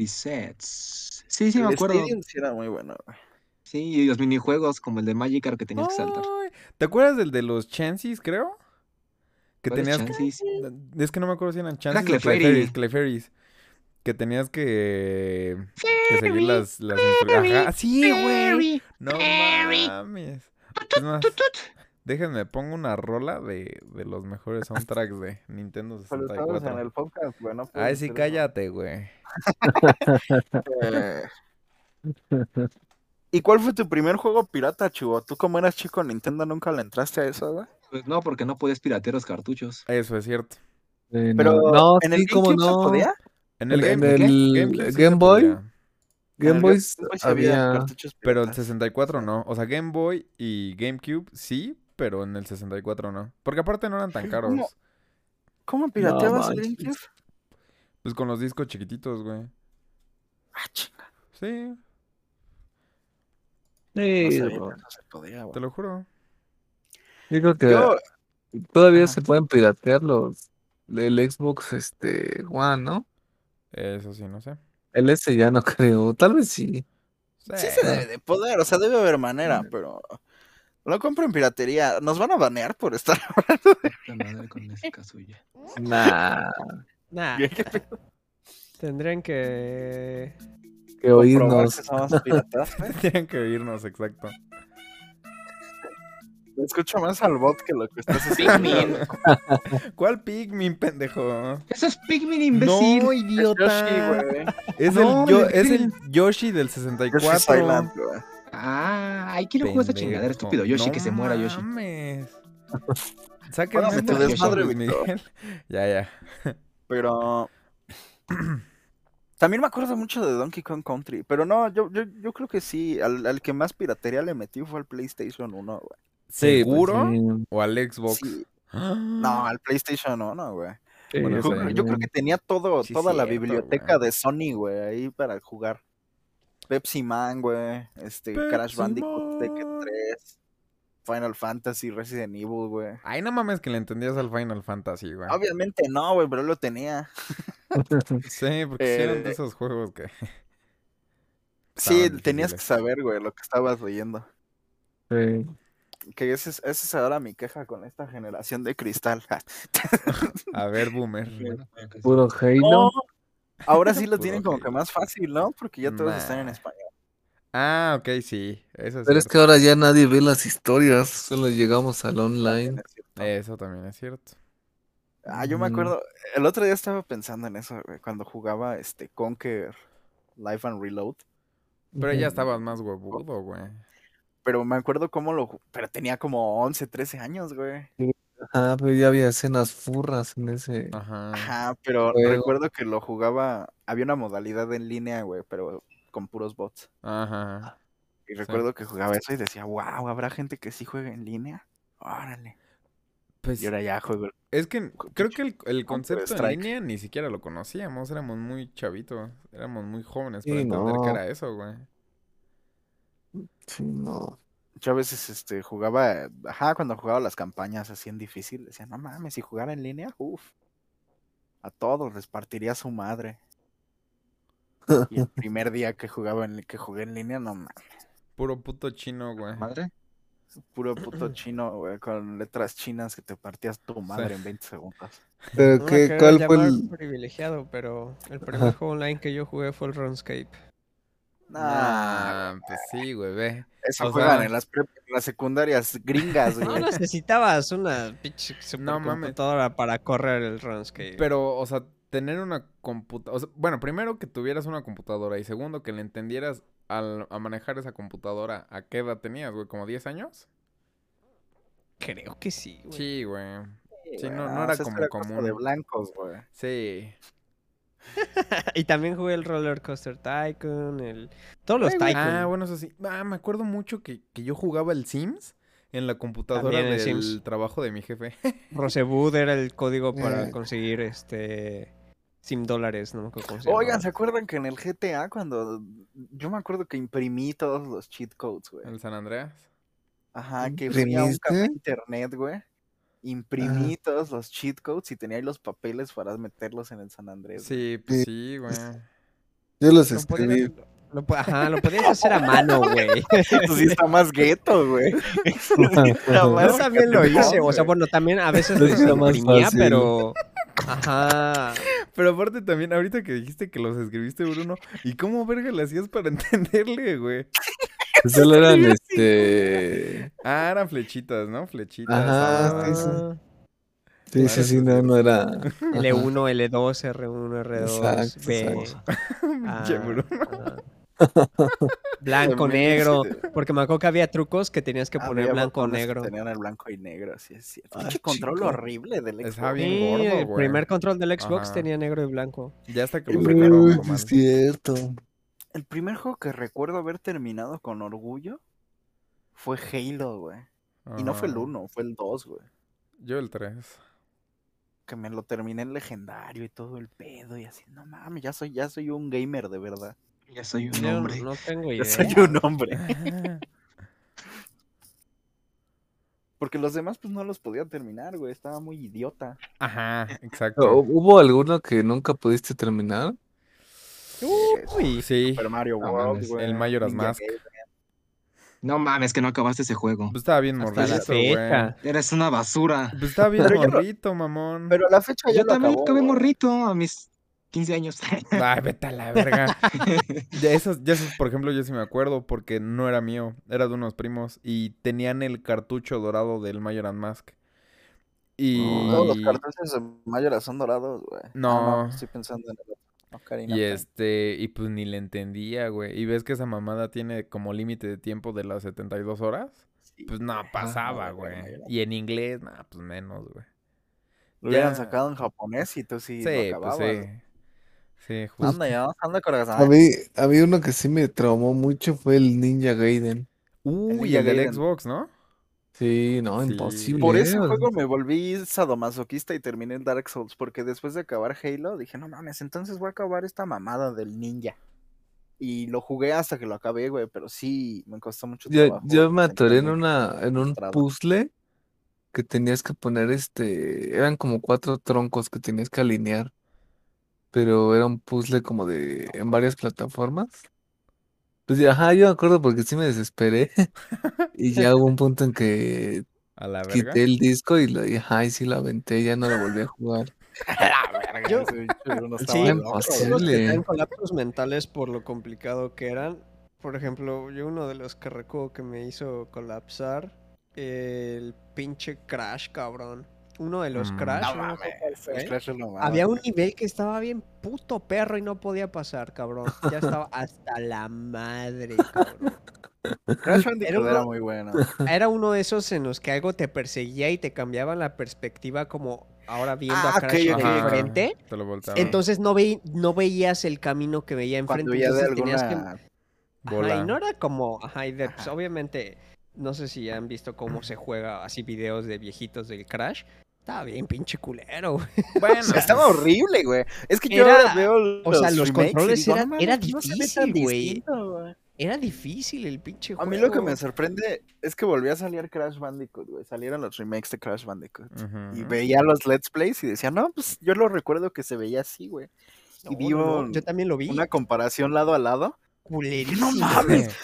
S5: Presets. Sí, sí, me
S4: el
S5: acuerdo.
S4: Stadium sí era muy bueno, güey.
S5: Sí, y los minijuegos como el de Magikarp que tenías que saltar.
S2: Ay, ¿Te acuerdas del de los Chanseys, creo? Que
S5: ¿Cuáles
S2: tenías
S5: chances?
S2: que... Es que no me acuerdo si eran Chanseys o
S5: Clefairy.
S2: Clefairies. Clefairies. Que tenías que... Que seguir las... las instru- Ajá. Ah, Sí, güey. No mames. Es más, déjenme, pongo una rola de, de los mejores soundtracks de Nintendo
S4: Pero estamos en
S2: 64.
S4: el podcast, pues, güey. no
S2: Ay,
S4: puedes
S2: sí,
S4: hacer
S2: cállate, güey.
S4: eso. Eh, ¿Y cuál fue tu primer juego pirata, chivo? ¿Tú como eras chico en Nintendo nunca le entraste a eso, güey?
S5: Pues no, porque no podías piratear los cartuchos.
S2: Eso es cierto.
S1: Eh,
S4: Pero
S1: no, no,
S4: en
S1: sí,
S4: el
S1: cómo
S4: GameCube se
S1: no.
S4: podía.
S2: En el,
S1: En en
S2: Game,
S1: el
S2: GameCube sí se
S1: Game Boy,
S2: podía,
S4: En
S1: Game
S4: el
S1: Boy
S4: Ah, sí
S1: había.
S4: cartuchos
S2: Pero el
S4: piratas.
S2: 64 no. O sea, Game Boy y GameCube sí, pero en el 64 no. Porque aparte no eran tan
S4: Pero
S2: caros.
S4: ¿cómo? ¿Cómo pirateabas el
S1: manches.
S4: GameCube?
S2: Pues con los discos chiquititos, güey.
S4: Ah, chinga,
S2: Sí,
S4: no
S1: Sí,
S4: sabía que
S1: bro.
S2: Oh.
S4: eso se podía, güey.
S2: te lo juro.
S1: Yo creo que
S4: Yo,
S1: Todavía
S4: Ajá.
S1: se pueden piratear los el Xbox este One, ¿no?
S2: Eso sí, no sé.
S1: El S ya no creo, tal vez sí.
S4: Sí se debe de poder, o sea, debe haber manera, pero lo compro en piratería. Nos van a banear por estar
S5: La madre con esa casulla.
S1: Nah,
S3: Nah, tendrían que.
S1: que
S4: comprobar
S1: oírnos.
S4: que somos piratas.
S2: Tienen que irnos, exacto.
S4: Escucho más al bot que lo que estás
S5: Pikmin.
S4: haciendo.
S2: ¿Cuál Pikmin, pendejo?
S5: Eso es Pikmin, imbécil.
S2: No,
S4: Es Yoshi,
S2: idiota.
S4: güey.
S2: Es,
S5: No,
S2: el, Yo-
S5: ¿de
S2: es
S5: qué?
S2: el Yoshi del
S4: Yoshi
S2: 64.
S4: Island, güey.
S5: Ah, ay, quiero jugar esa chingadera,
S2: Pendejo.
S5: estúpido. Yoshi,
S2: No
S5: que se muera, Yoshi.
S2: Mames. Sáquenme
S4: Bueno,
S5: se te
S2: este
S4: desmadre,
S2: Luis
S4: Víctor.
S2: Miguel. Ya, ya.
S4: Pero. También me acuerdo mucho de Donkey Kong Country. Pero no, yo, yo, yo creo que sí. Al, al que más piratería le metí fue al PlayStation 1, güey.
S1: Sí, pues,
S2: ¿Seguro?
S1: sí,
S2: ¿O al Xbox?
S4: Sí. No,
S2: No,
S4: al PlayStation 1, güey.
S1: sí,
S2: Bueno,
S1: ya
S2: sí.
S4: Yo,
S1: sé.
S4: yo creo que tenía todo,
S2: Sí,
S4: toda la
S2: cierto,
S4: biblioteca
S2: güey.
S4: de Sony, güey, ahí para jugar. Pepsi Man, güey, este,
S2: Pepsi
S4: Crash Bandicoot,
S2: Man.
S4: Tekken 3, Final Fantasy, Resident Evil, güey.
S2: Ay, no mames que le entendías al Final Fantasy, güey.
S4: Obviamente no, güey, pero lo tenía.
S2: Sí, porque sí eran de
S4: Eh,
S2: esos juegos que.
S4: Sí,
S2: Estaban
S4: tenías que
S2: difíciles.
S4: saber, güey, lo que estabas leyendo.
S1: Sí.
S4: Que esa es, esa es ahora mi queja con esta generación de cristal.
S2: A ver, Boomer.
S1: Puro Halo.
S4: No, ahora sí lo
S2: Puro
S4: tienen como que
S2: Halo.
S4: más fácil, ¿no? Porque ya todos están en
S2: Nah.
S4: español.
S2: Ah, ok, sí. Eso es
S1: Pero es que
S2: cierto.
S1: ahora ya nadie ve las historias, solo llegamos al online.
S4: es cierto.
S2: Eso también es cierto.
S4: Ah, yo me
S1: Ujú.
S4: acuerdo, el otro día estaba pensando en eso, güey, cuando jugaba este Conquer Life and Reload,
S2: Pero
S1: Ujú.
S2: ya estabas más huevudo, güey.
S4: pero me acuerdo cómo lo, ju- pero tenía como 11, 13 años, güey.
S1: Ajá, pero ya había escenas furras en ese.
S2: Ajá.
S4: Ajá, pero
S1: Juego.
S4: recuerdo que lo jugaba, había una modalidad en línea, güey, pero con puros bots.
S2: Ajá.
S4: Y recuerdo que jugaba eso y decía, wow, ¿habrá gente que sí juegue en línea? Órale.
S2: Pues
S4: Y ahora ya juego.
S2: es que creo que el, el concepto en
S4: Counter-Strike.
S2: línea ni siquiera lo conocíamos. Éramos muy chavitos. Éramos muy jóvenes
S1: Sí,
S2: para entender que
S1: no.
S2: era eso, güey.
S1: Sí, no.
S4: Yo a veces este, jugaba, eh, ajá, cuando jugaba las campañas así en difícil, decía, no mames, si jugara en línea, uff, a todos les partiría su madre. Y el primer día que jugaba en, que jugué en línea, no mames,
S2: Puro puto chino, güey.
S5: Madre.
S4: puro puto chino, güey, con letras chinas que te partías tu madre en 20 segundos.
S1: Pero
S3: No me
S1: qué,
S3: quiero
S1: ¿cuál fue
S3: llamar
S1: el
S3: privilegiado, pero el primer juego online que yo jugué fue el RuneScape.
S4: Nah,
S2: Nah, pues sí, güey, ve.
S4: eso
S2: o
S4: juegan
S2: sea-
S4: en las, prep- en las secundarias gringas,
S3: No
S4: güey.
S3: necesitabas una pinche
S2: No mames.
S3: supercomputadora para correr el RuneScape.
S2: Pero, o sea, tener una computadora. bueno, primero que tuvieras una computadora y segundo que le entendieras al, a manejar esa computadora. ¿A qué edad tenías, güey? ¿Como 10 años?
S3: Creo que sí, güey.
S2: Sí, güey. Sí,
S4: güey,
S2: no, no
S4: o
S2: era
S4: sea, eso
S2: como
S4: cosa
S2: común.
S4: de blancos, güey.
S2: Sí.
S3: y también jugué el Roller Coaster Tycoon, el... todos los
S2: Ay, güey.
S3: Tycoon.
S2: Ah, bueno, eso sí. Ah, me acuerdo mucho que, que yo jugaba el Sims en la computadora
S3: También el
S2: del
S3: Sims.
S2: trabajo de mi jefe.
S3: Rosebud era el código para
S1: Eh.
S3: conseguir este sim dólares, no me acuerdo cómo se
S4: Oigan, ¿se
S3: llamaba.
S4: acuerdan que en el GTA cuando yo me acuerdo que imprimí todos los cheat codes, güey?
S2: el San Andreas.
S4: Ajá, que fui a un café
S1: ¿Imprimiste?
S4: internet, güey. Imprimí todos los cheat codes y tenía ahí los papeles para meterlos en el San Andrés. güey.
S2: Sí, pues
S1: Sí.
S2: sí, güey.
S1: Yo los
S2: Lo podían
S1: escribí.
S2: hacer-
S3: Lo po- Ajá, lo podías hacer a mano, güey.
S4: Eso sí está más gueto, güey.
S3: Yo también lo hice, o sea, bueno, también a veces lo
S1: Es que era más
S3: imprimía,
S1: fácil.
S3: pero... Ajá.
S2: Pero aparte también, ahorita que dijiste que los escribiste, Bruno, ¿y cómo verga le hacías para entenderle, güey?
S1: Solo eran este.
S2: Ah, eran flechitas, ¿no? Flechitas.
S1: Ajá,
S2: ah,
S1: sí, sí.
S3: Ah,
S1: Sí,
S2: Claro,
S1: sí,
S2: eso
S1: sí,
S2: es
S1: no,
S2: cierto.
S1: no era. Ajá.
S3: L1, L2, R1, R2,
S1: Exacto,
S3: B.
S1: exacto.
S2: pinche
S3: ah,
S2: Bruno.
S3: ah. Blanco,
S4: También
S3: negro.
S4: ese-
S3: Porque me acuerdo que había trucos que tenías que poner
S4: Había
S3: blanco o
S4: botones que
S3: negro.
S4: Tenían el blanco y negro, sí es cierto.
S1: Ah,
S4: Pinche control
S1: chico.
S4: horrible del
S2: Está
S4: Xbox.
S2: bien
S3: Sí,
S2: gordo,
S3: el
S2: güey.
S3: primer control del Xbox
S2: Ajá.
S3: tenía negro y blanco.
S2: Ya hasta que lo sacaron.
S1: Uy,
S2: lo
S1: sí, es
S2: malo.
S1: cierto.
S4: El primer juego que recuerdo haber terminado con orgullo fue Halo, güey. Y no fue el
S2: Ajá.
S4: 1, fue el 2, güey.
S2: Ah, Yo el 3.
S4: que me lo terminé en legendario y todo el pedo y así, no mames, ya soy, ya soy un gamer de verdad.
S5: Ya soy un
S3: Yo
S5: hombre.
S4: ¿eh?
S2: Ah,
S3: no tengo idea.
S4: Ya soy un hombre. Porque los demás, pues no los podía terminar, güey. Estaba muy idiota.
S2: Ajá, exacto.
S4: Oh,
S1: ¿Hubo alguno que nunca pudiste terminar?
S2: Uy, sí.
S4: Este, Super Mario
S2: no
S4: World,
S2: mames,
S4: güey.
S2: el Majora's
S4: Ninja
S2: Mask.
S4: Gaiden.
S5: No mames, que no acabaste ese juego.
S2: Pues estaba bien
S3: Hasta la
S2: morrito, güey.
S3: fecha.
S5: Eres una basura.
S2: Pues estaba bien
S4: Pero yo no-
S2: morrito, mamón.
S4: Pero a la fecha ya
S5: Yo
S4: lo
S5: también
S4: acabó,
S5: acabé
S4: güey.
S5: morrito a mis 15 años.
S2: Ay, vete a la verga. Ya esos, ya esos, por ejemplo, yo sí me acuerdo porque no era mío, era de unos primos y tenían el cartucho dorado del Majora's Mask. Y
S4: Todos Oh, los cartuchos de Mayora son dorados, güey. Ah,
S2: No.
S4: Estoy pensando en el otro. Ocarina
S2: y
S4: of Time.
S2: este, y pues ni le entendía, güey. Y ves que esa mamada tiene como límite de tiempo de las 72 horas.
S4: Sí.
S2: Pues no pasaba,
S4: la
S2: güey.
S4: verga.
S2: Y en inglés, no, pues menos, güey.
S4: Lo hubieran
S2: ya-
S4: sacado en japonés y tú sí,
S2: Sí,
S4: lo
S2: pues
S4: acababas.
S2: sí. Sí, justo.
S4: Anda ya, anda
S1: A
S4: corazón.
S1: mí, a mí uno que sí me traumó mucho fue el Ninja Gaiden.
S2: Uy,
S4: Ninja
S2: el del
S4: Gaiden.
S2: Xbox, ¿no?
S1: Sí, no,
S2: Sí.
S1: imposible.
S4: Por ese
S1: ¿eh?
S4: juego me volví sadomasoquista y terminé en Dark Souls, porque después de acabar Halo dije, no mames, entonces voy a acabar esta mamada del ninja. Y lo jugué hasta que lo acabé, güey, pero sí, me costó mucho
S1: Yo,
S4: trabajo.
S1: yo me atoré en
S4: sentarme.
S1: una, en un
S4: frustrado.
S1: puzzle que tenías que poner este, eran como cuatro troncos que tenías que alinear, pero era un puzzle como de, en varias plataformas. Pues ya, ajá, yo me acuerdo porque sí me desesperé y ya hubo un punto en que
S2: A la verga.
S1: quité el disco y, lo, y ajá, y sí lo aventé, ya no lo volví a jugar.
S3: Yo-
S4: Ese bicho no
S3: Sí,
S4: estaba loco,
S1: imposible.
S3: Algunos
S4: güey.
S3: que
S1: Chale.
S3: traen colapsos mentales por lo complicado que eran. Por ejemplo, yo uno de los que recuerdo que me hizo colapsar, el pinche Crash, cabrón. Uno de los
S2: Mm.
S3: Crash.
S4: No
S3: no me acuerdo cuál
S4: mames,
S3: fue.
S4: el Crash es lo más,
S3: ¿eh? Había un
S4: güey.
S3: nivel que estaba bien puto perro y no podía pasar, cabrón. Ya estaba hasta la madre, cabrón.
S4: Crash Bandicoot
S3: Era uno-
S4: era muy bueno.
S3: Era uno de esos en los que algo te perseguía y te cambiaba la perspectiva como ahora viendo
S4: Ah,
S3: a Crash
S4: ok, ok,
S3: de
S4: ok.
S3: enfrente.
S2: Te lo volteaba.
S3: Entonces no, veí- no veías el camino que veía enfrente.
S4: Cuando ya de
S3: entonces tenías que-
S4: alguna...
S3: Ajá,
S2: Bola.
S3: y no era como, ajá, y de- pues, obviamente, no sé si han visto cómo se juega así videos de viejitos del Crash. Estaba bien pinche culero, güey.
S2: Bueno,
S4: Estaba
S2: pues,
S4: horrible, güey. Es que yo
S3: Era-
S4: ahora veo
S3: o sea, los
S4: remakes y
S3: controles
S4: digo, no
S3: eran- era
S4: mames, no se ve tan
S3: difícil, güey.
S4: distinto, güey.
S3: Era difícil el pinche
S4: A
S3: juego.
S4: mí lo que me sorprende es que volvió a salir Crash Bandicoot, güey. Salieron los remakes de Crash Bandicoot. Y
S2: ujú.
S4: veía los Let's Plays y decía, no, pues yo lo recuerdo que se veía así, güey.
S3: No,
S4: y vi
S3: no, no,
S4: un-
S3: Yo también lo vi.
S4: Una comparación lado a lado.
S3: culerísimo.
S4: ¡No mames!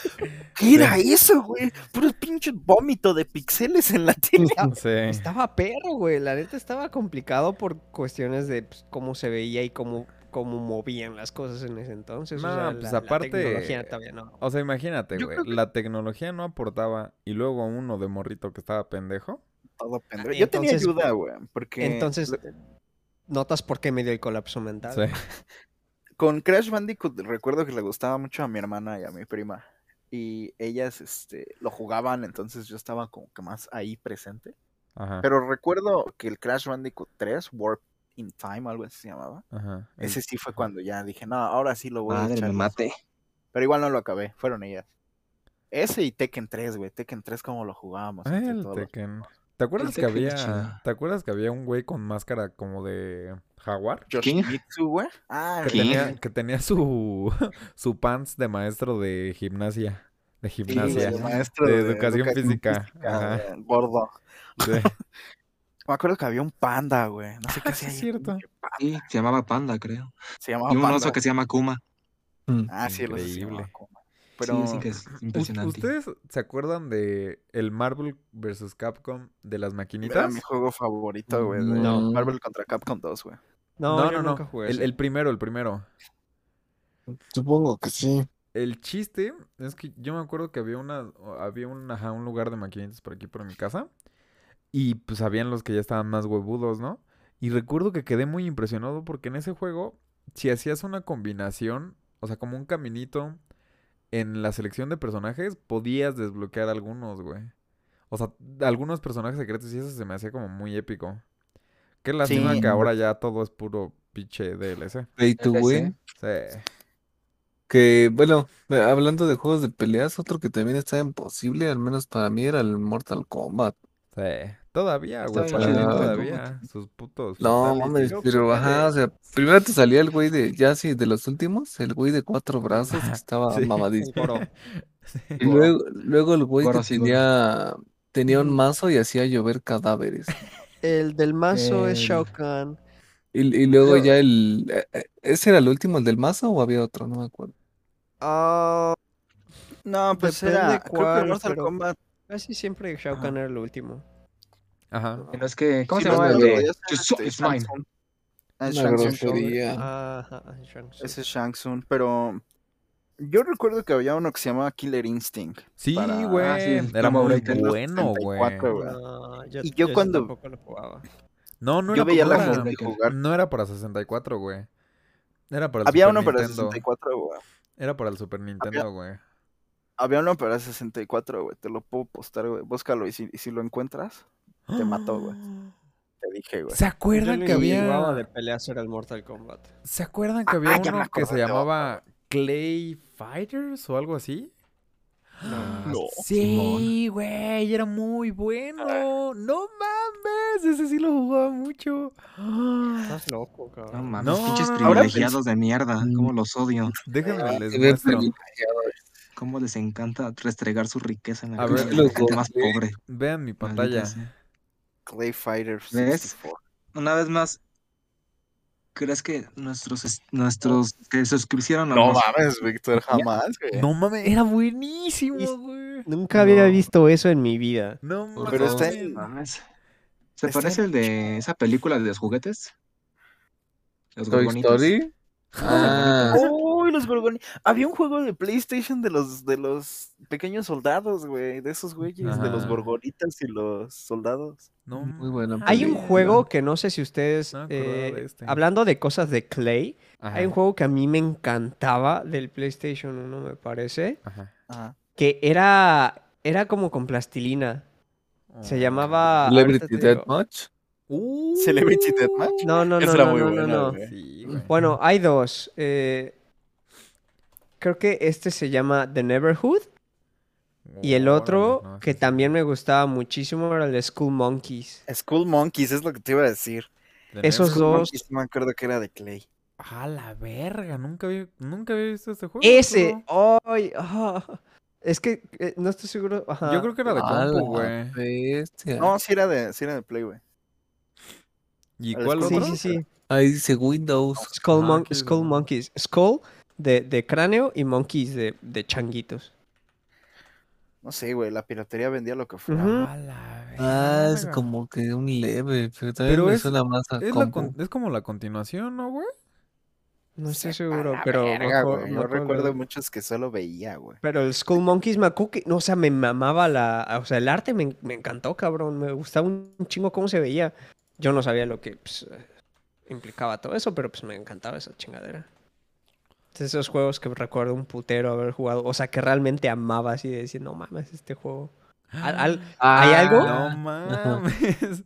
S4: ¿Qué era eso, güey? Puro pinche vómito de pixeles en la tele.
S2: Sí.
S3: Estaba perro, güey. La neta estaba complicado por cuestiones de pues, cómo se veía y cómo, cómo movían las cosas en ese entonces. o
S2: No,
S3: sea,
S2: pues,
S3: la- la
S2: aparte-
S3: tecnología todavía no.
S2: O sea, imagínate,
S3: Yo
S2: güey.
S3: creo que-
S2: La tecnología no aportaba y luego uno de morrito que estaba pendejo.
S4: Todo pendejo. Yo tenía
S3: Mm. Entonces-
S4: ayuda, güey. Porque
S3: Entonces, notas por qué me dio el colapso mental.
S2: Sí.
S4: con Crash Bandicoot recuerdo que le gustaba mucho a mi hermana y a mi prima. Y ellas este, lo jugaban, entonces yo estaba como que más ahí presente.
S2: Ajá.
S4: Pero recuerdo que el Crash Bandicoot 3, Warp in Time, algo así se llamaba.
S2: Ajá. El-
S4: Ese sí fue cuando ya dije, no, ahora sí lo voy a
S5: Madre,
S4: echar.
S5: me
S4: los-
S5: mate.
S4: Pero igual no lo acabé, fueron ellas. Ese y Tekken 3, güey. Tekken 3 como lo jugábamos.
S2: Ah,
S4: entre
S2: el
S4: todos.
S2: Tekken. ¿Te acuerdas que
S5: Tekken
S2: había
S5: es chido.
S2: ¿Te acuerdas que había un güey con máscara como de jaguar?
S4: Yoshimitsu, güey. Ah,
S2: Que
S5: ¿Qué?
S2: tenía, que tenía su su pants de maestro de gimnasia, de
S4: sí, güey,
S2: gimnasia,
S4: el maestro
S2: de educación física, ajá.
S4: güey, Gordo.
S2: Sí.
S4: Me acuerdo que había un panda, güey. No sé qué
S2: Ah,
S4: hacía
S2: sí,
S4: ahí,
S2: cierto.
S4: pinche panda.
S5: Sí, se llamaba Panda, creo.
S4: Se llamaba
S5: Y un
S4: Ah, panda.
S5: oso que se llama Kuma.
S1: Mm.
S4: Ah, sí, el oso se llamaba
S2: Increíble.
S4: Kuma.
S5: Sí,
S4: Pero
S5: dicen que es
S2: U-
S5: impresionante.
S2: ¿Ustedes se acuerdan de el Marvel vs Capcom de las
S4: era
S2: maquinitas?
S4: mi juego favorito, güey. de
S1: No.
S4: Marvel contra Capcom 2, güey.
S3: No,
S2: no,
S3: yo
S2: no, no.
S3: nunca jugué
S2: el,
S3: ese.
S2: el primero, el primero.
S1: Supongo que sí.
S2: El chiste es que yo me acuerdo que había una había un, ajá, un lugar de maquinitas por aquí por mi casa y pues habían los que ya estaban más huevudos, ¿no? Y recuerdo que quedé muy impresionado porque en ese juego si hacías una combinación, o sea, como un caminito en la selección de personajes podías desbloquear algunos, güey. O sea, algunos personajes secretos y eso se me hacía como muy épico. Qué lástima que ahora ya todo es puro pinche DLC.
S1: Pay to
S5: DLC.
S1: win.
S2: Sí.
S1: Que bueno, eh, hablando de juegos de peleas, otro que también estaba imposible, al menos para mí, era el Mortal Kombat.
S2: Sí, todavía, güey,
S5: Está
S2: para mí
S1: bien chido,
S2: todavía, sus putos
S1: No, mames,
S2: fatalities.
S1: pero ajá, o sea, primero te salía el güey de, ya sí, de los últimos, el güey de cuatro brazos que estaba
S2: Sí.
S1: mamadísimo.
S3: El Goro.
S1: Y luego, luego el güey que
S5: Goro, sí, Goro.
S1: tenía Tenía un
S3: Mm.
S1: mazo y hacía llover cadáveres.
S3: El del mazo es
S2: El-
S3: Shao Kahn.
S1: Y, y luego
S3: Yo-
S1: ya el... eh, eh, ¿Ese era el último, el del mazo o había otro? No me acuerdo.
S3: Ah,
S4: No, pues
S3: Depende
S4: era. creo que
S3: cuál,
S4: Mortal
S3: pero-
S4: Kombat.
S3: casi siempre Shao
S4: Ajá.
S3: Kahn era el último.
S2: Ajá.
S5: No es que. ¿Cómo
S4: Sí,
S5: se
S4: más
S5: llama el
S4: cuando lo
S5: de?
S4: veías en
S5: Your soul
S4: este
S5: is mine.
S4: Shang Tsung. Ah,
S1: Una
S4: Shang Tsung.
S1: grosería.
S3: Ajá, Shang Tsung.
S4: Ese es Shang Tsung, pero. Yo recuerdo que había uno que se llamaba Killer Instinct.
S2: Sí,
S4: Para- ah,
S2: güey.
S5: sí, el
S2: era muy
S5: Nintendo
S2: bueno, güey.
S4: 64, güey.
S3: No, yo,
S4: Y yo
S3: ese
S4: cuando-
S3: tampoco lo jugaba.
S2: No, no
S4: Yo
S2: era
S4: veía
S2: para,
S4: la
S2: no era-
S4: gente jugar.
S2: no era para 64, güey. Era para el
S4: Había
S2: Super
S4: uno para
S2: Nintendo.
S4: 64, güey.
S2: Era para el Super Nintendo, güey.
S4: Había uno para 64, güey. Te lo puedo postar, güey. Búscalo y si, y si lo encuentras, Te mató, güey. te dije, güey.
S2: ¿Se
S3: Yo
S2: acuerdan
S3: lo
S2: que
S3: jugaba
S2: había
S3: de peleas era el Mortal Kombat.
S2: ¿Se acuerdan que había
S4: Ah, ya me
S2: uno que se
S4: acordé de otro,
S2: llamaba Clay Fighters o algo así?
S3: No.
S4: No.
S2: Sí, güey, era muy
S4: Ah.
S2: bueno. No mames, ese sí lo jugaba mucho.
S3: Estás loco, cabrón.
S5: No mames,
S2: No,
S5: pinches
S2: no, no, ahora
S5: privilegiados de mierda. Cómo los odio.
S2: Déjenme les
S1: Se ve
S2: muestro.
S1: privilegiado.
S5: Cómo les encanta restregar su riqueza en la
S2: A
S5: cara
S2: ver.
S5: de la
S1: Los
S5: gente más
S1: golpes.
S5: pobre.
S2: Vean mi pantalla.
S5: Maldita sea.
S4: Clay Fighter
S5: ¿Ves?
S4: 64.
S5: Una vez más, ¿crees que nuestros es- nuestros que suscribieron a
S4: No
S5: nos-
S4: mames, Víctor, jamás, güey.
S2: No mames, era buenísimo, güey.
S3: Nunca había
S5: No.
S3: visto eso en mi vida.
S2: No
S5: Por
S2: mames.
S4: Pero está
S5: favor,
S2: este
S4: en-
S5: no mames. ¿Se
S4: está
S5: parece el de esa película de los juguetes? Los
S1: Toy
S5: gorgonitos.
S1: Story. Ah,
S4: Uy, los Gorgoni. Había un juego de PlayStation de los de los pequeños soldados, güey, de esos güeyes, de los
S2: Ajá.
S4: gorgonitas y los soldados.
S2: No
S1: muy
S2: mames.
S1: buena
S3: Hay un
S1: película.
S3: juego que no sé si ustedes...
S2: Ah, No me acordaba
S3: eh,
S2: de este.
S3: Hablando de cosas de Clay,
S2: Ajá,
S3: hay un juego que a mí me encantaba del PlayStation 1, me parece,
S2: ajá.
S4: Ajá.
S3: que era, era como con plastilina. Se
S2: Oh.
S3: llamaba... ahorita
S1: Celebrity
S3: te digo.
S1: Deathmatch.
S2: Uh.
S4: Celebrity Deathmatch.
S3: No, no, no,
S4: Esa era
S3: no,
S4: muy
S3: no,
S4: buena,
S3: no, no.
S4: güey.
S2: Sí, güey.
S3: Bueno, hay dos. eh, creo que este se llama The Neighborhood y el
S2: Órale,
S3: otro
S2: Oh, no,
S3: que
S2: sí, sí.
S3: también me gustaba muchísimo era el de School Monkeys.
S4: School Monkeys es lo que te iba a decir.
S2: Tenemos-
S3: esos
S4: School
S3: dos.
S4: Monkeys, no me acuerdo que era de Clay.
S2: A la verga, nunca había, nunca había visto este juego.
S3: Ese,
S2: Arturo.
S3: ay, ah, es que eh, no estoy seguro. ajá.
S2: Yo creo que era de
S1: A
S2: compu,
S1: la
S2: güey.
S1: bestia.
S4: No, sí era de, sí era de Play, güey.
S2: ¿Y
S4: el
S2: cuál
S4: Skull
S3: Sí,
S2: otro?
S3: sí, sí.
S1: Ahí dice Windows.
S3: Skull, Mon-
S2: Monkeys,
S3: Skull
S2: ¿no?
S3: Monkeys. Skull de, de cráneo y monkeys de, de changuitos.
S4: No sé, güey, la piratería vendía lo que fuera.
S3: Ujú.
S2: A la
S1: Ah, es
S2: verga.
S1: como que un leve, pero también
S2: Pero
S1: me
S2: es-
S1: suena más a
S2: Es,
S1: compu.
S2: la con- es como la continuación, ¿no, güey?
S3: No estoy
S4: Sepa
S3: seguro,
S4: la
S3: pero
S4: verga,
S3: me acuer-
S4: güey,
S3: me
S4: Yo
S3: acuerdo.
S4: recuerdo muchos que solo veía, güey.
S3: Pero el Skull Monkeys me acu- que- no, o sea, me mamaba la, o sea, el arte me, me encantó, cabrón, me gustaba un chingo cómo se veía. Yo no sabía lo que pues, eh, implicaba todo eso, pero pues me encantaba esa chingadera. Es de esos juegos que recuerdo un putero haber jugado, o sea, que realmente amaba así de decir, no mames, este juego. Al- al- ¿Hay algo?
S2: No mames.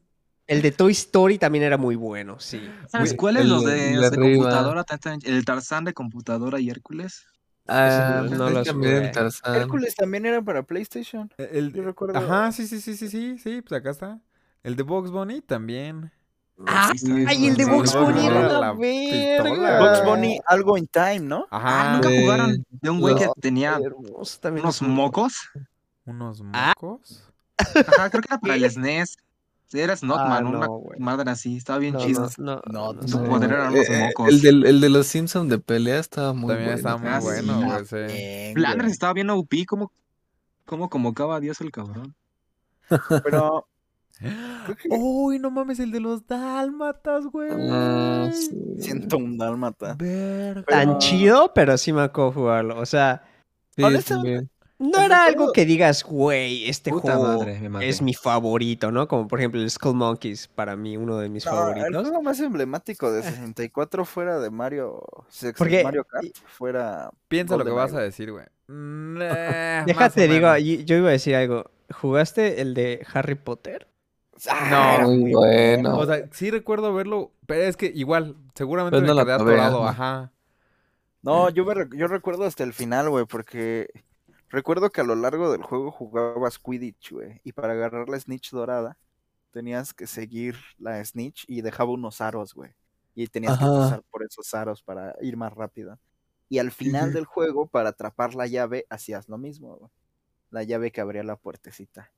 S3: El de Toy Story también era muy bueno, sí.
S5: ¿Sabes
S1: Güey,
S5: cuáles
S1: el
S5: los
S1: de-
S5: de,
S1: el de
S5: los de
S1: arriba.
S5: computadora? Tantan- El Tarzán de computadora y Hércules.
S1: Ah,
S3: no
S1: no
S3: los
S1: también el
S3: jugué.
S1: Tarzán.
S4: Hércules también era para PlayStation.
S2: El-
S4: Yo recuerdo-
S2: Ah. Eh, Ajá, sí, sí, sí, sí, sí, sí, pues acá está. El de Box Bunny también.
S3: Ah,
S5: Sí, está
S3: ay, el de
S5: bien,
S3: Bugs
S5: güey.
S3: Bunny era
S2: era
S3: la
S2: la pistola.
S3: verga.
S2: Ah.
S4: Bugs Bunny, algo in time, ¿no?
S5: Ah,
S2: Ajá.
S5: nunca
S1: güey.
S5: jugaron de un güey que
S1: No,
S5: tenía
S3: Ay, hermoso, también
S5: unos
S3: es un-
S5: mocos.
S2: Unos
S5: Ah,
S2: mocos.
S5: Ajá, creo que era para el SNES. Era Snotman,
S3: Ah,
S5: una
S3: no, güey.
S5: madre así. Estaba bien
S3: No,
S5: chiste.
S3: no, no,
S4: No,
S3: no
S4: no.
S3: sé.
S5: Su poder eran los
S1: Eh,
S5: mocos.
S1: el, del, el de los Simpsons de pelea estaba muy
S2: También
S1: bueno.
S2: estaba muy
S5: Ah, sí,
S2: bueno,
S5: la
S2: güey. sí.
S4: Bien,
S5: Flanders
S4: güey.
S5: estaba bien OP, como, como convocaba a Dios el cabrón.
S4: Pero
S2: Uy, no mames, el de los dálmatas, güey.
S1: Ah, sí.
S4: siento un dálmata.
S2: Verga.
S3: tan
S4: Pero-
S3: chido, pero sí me acuerdo jugarlo. O sea,
S1: Sí,
S4: Honestamente,
S1: también.
S3: no era
S4: El recuerdo-
S3: algo que digas, güey, este
S5: Puta
S3: juego
S5: madre, me maté.
S3: es mi favorito, ¿no? Como por ejemplo el Skull Monkeys, para mí uno de mis
S4: No, el
S3: favoritos.
S4: juego más emblemático de 64 fuera de Mario, se-
S3: Porque-
S4: Mario Kart, fuera
S2: Piensa lo que vas a
S4: GoldenEye.
S2: decir, güey. Nah, más o
S3: Déjate, digo,
S2: menos.
S3: y- yo iba a decir algo. ¿Jugaste el de Harry Potter?
S4: Ah, era
S1: muy bueno.
S2: O sea, sí recuerdo verlo, pero es que igual, seguramente
S1: Pero no
S2: me
S1: la
S2: quedé
S1: acabé,
S2: atorado,
S1: ajá.
S2: ajá.
S4: No, yo, me rec- yo recuerdo hasta el final, güey, porque recuerdo que a lo largo del juego jugabas Quidditch, güey, y para agarrar la snitch dorada tenías que seguir la snitch y dejaba unos aros, güey, y tenías que
S1: Ajá.
S4: pasar por esos aros para ir más rápido. Y al final
S1: Ujú.
S4: del juego, para atrapar la llave, hacías lo mismo, güey. La llave que abría la puertecita.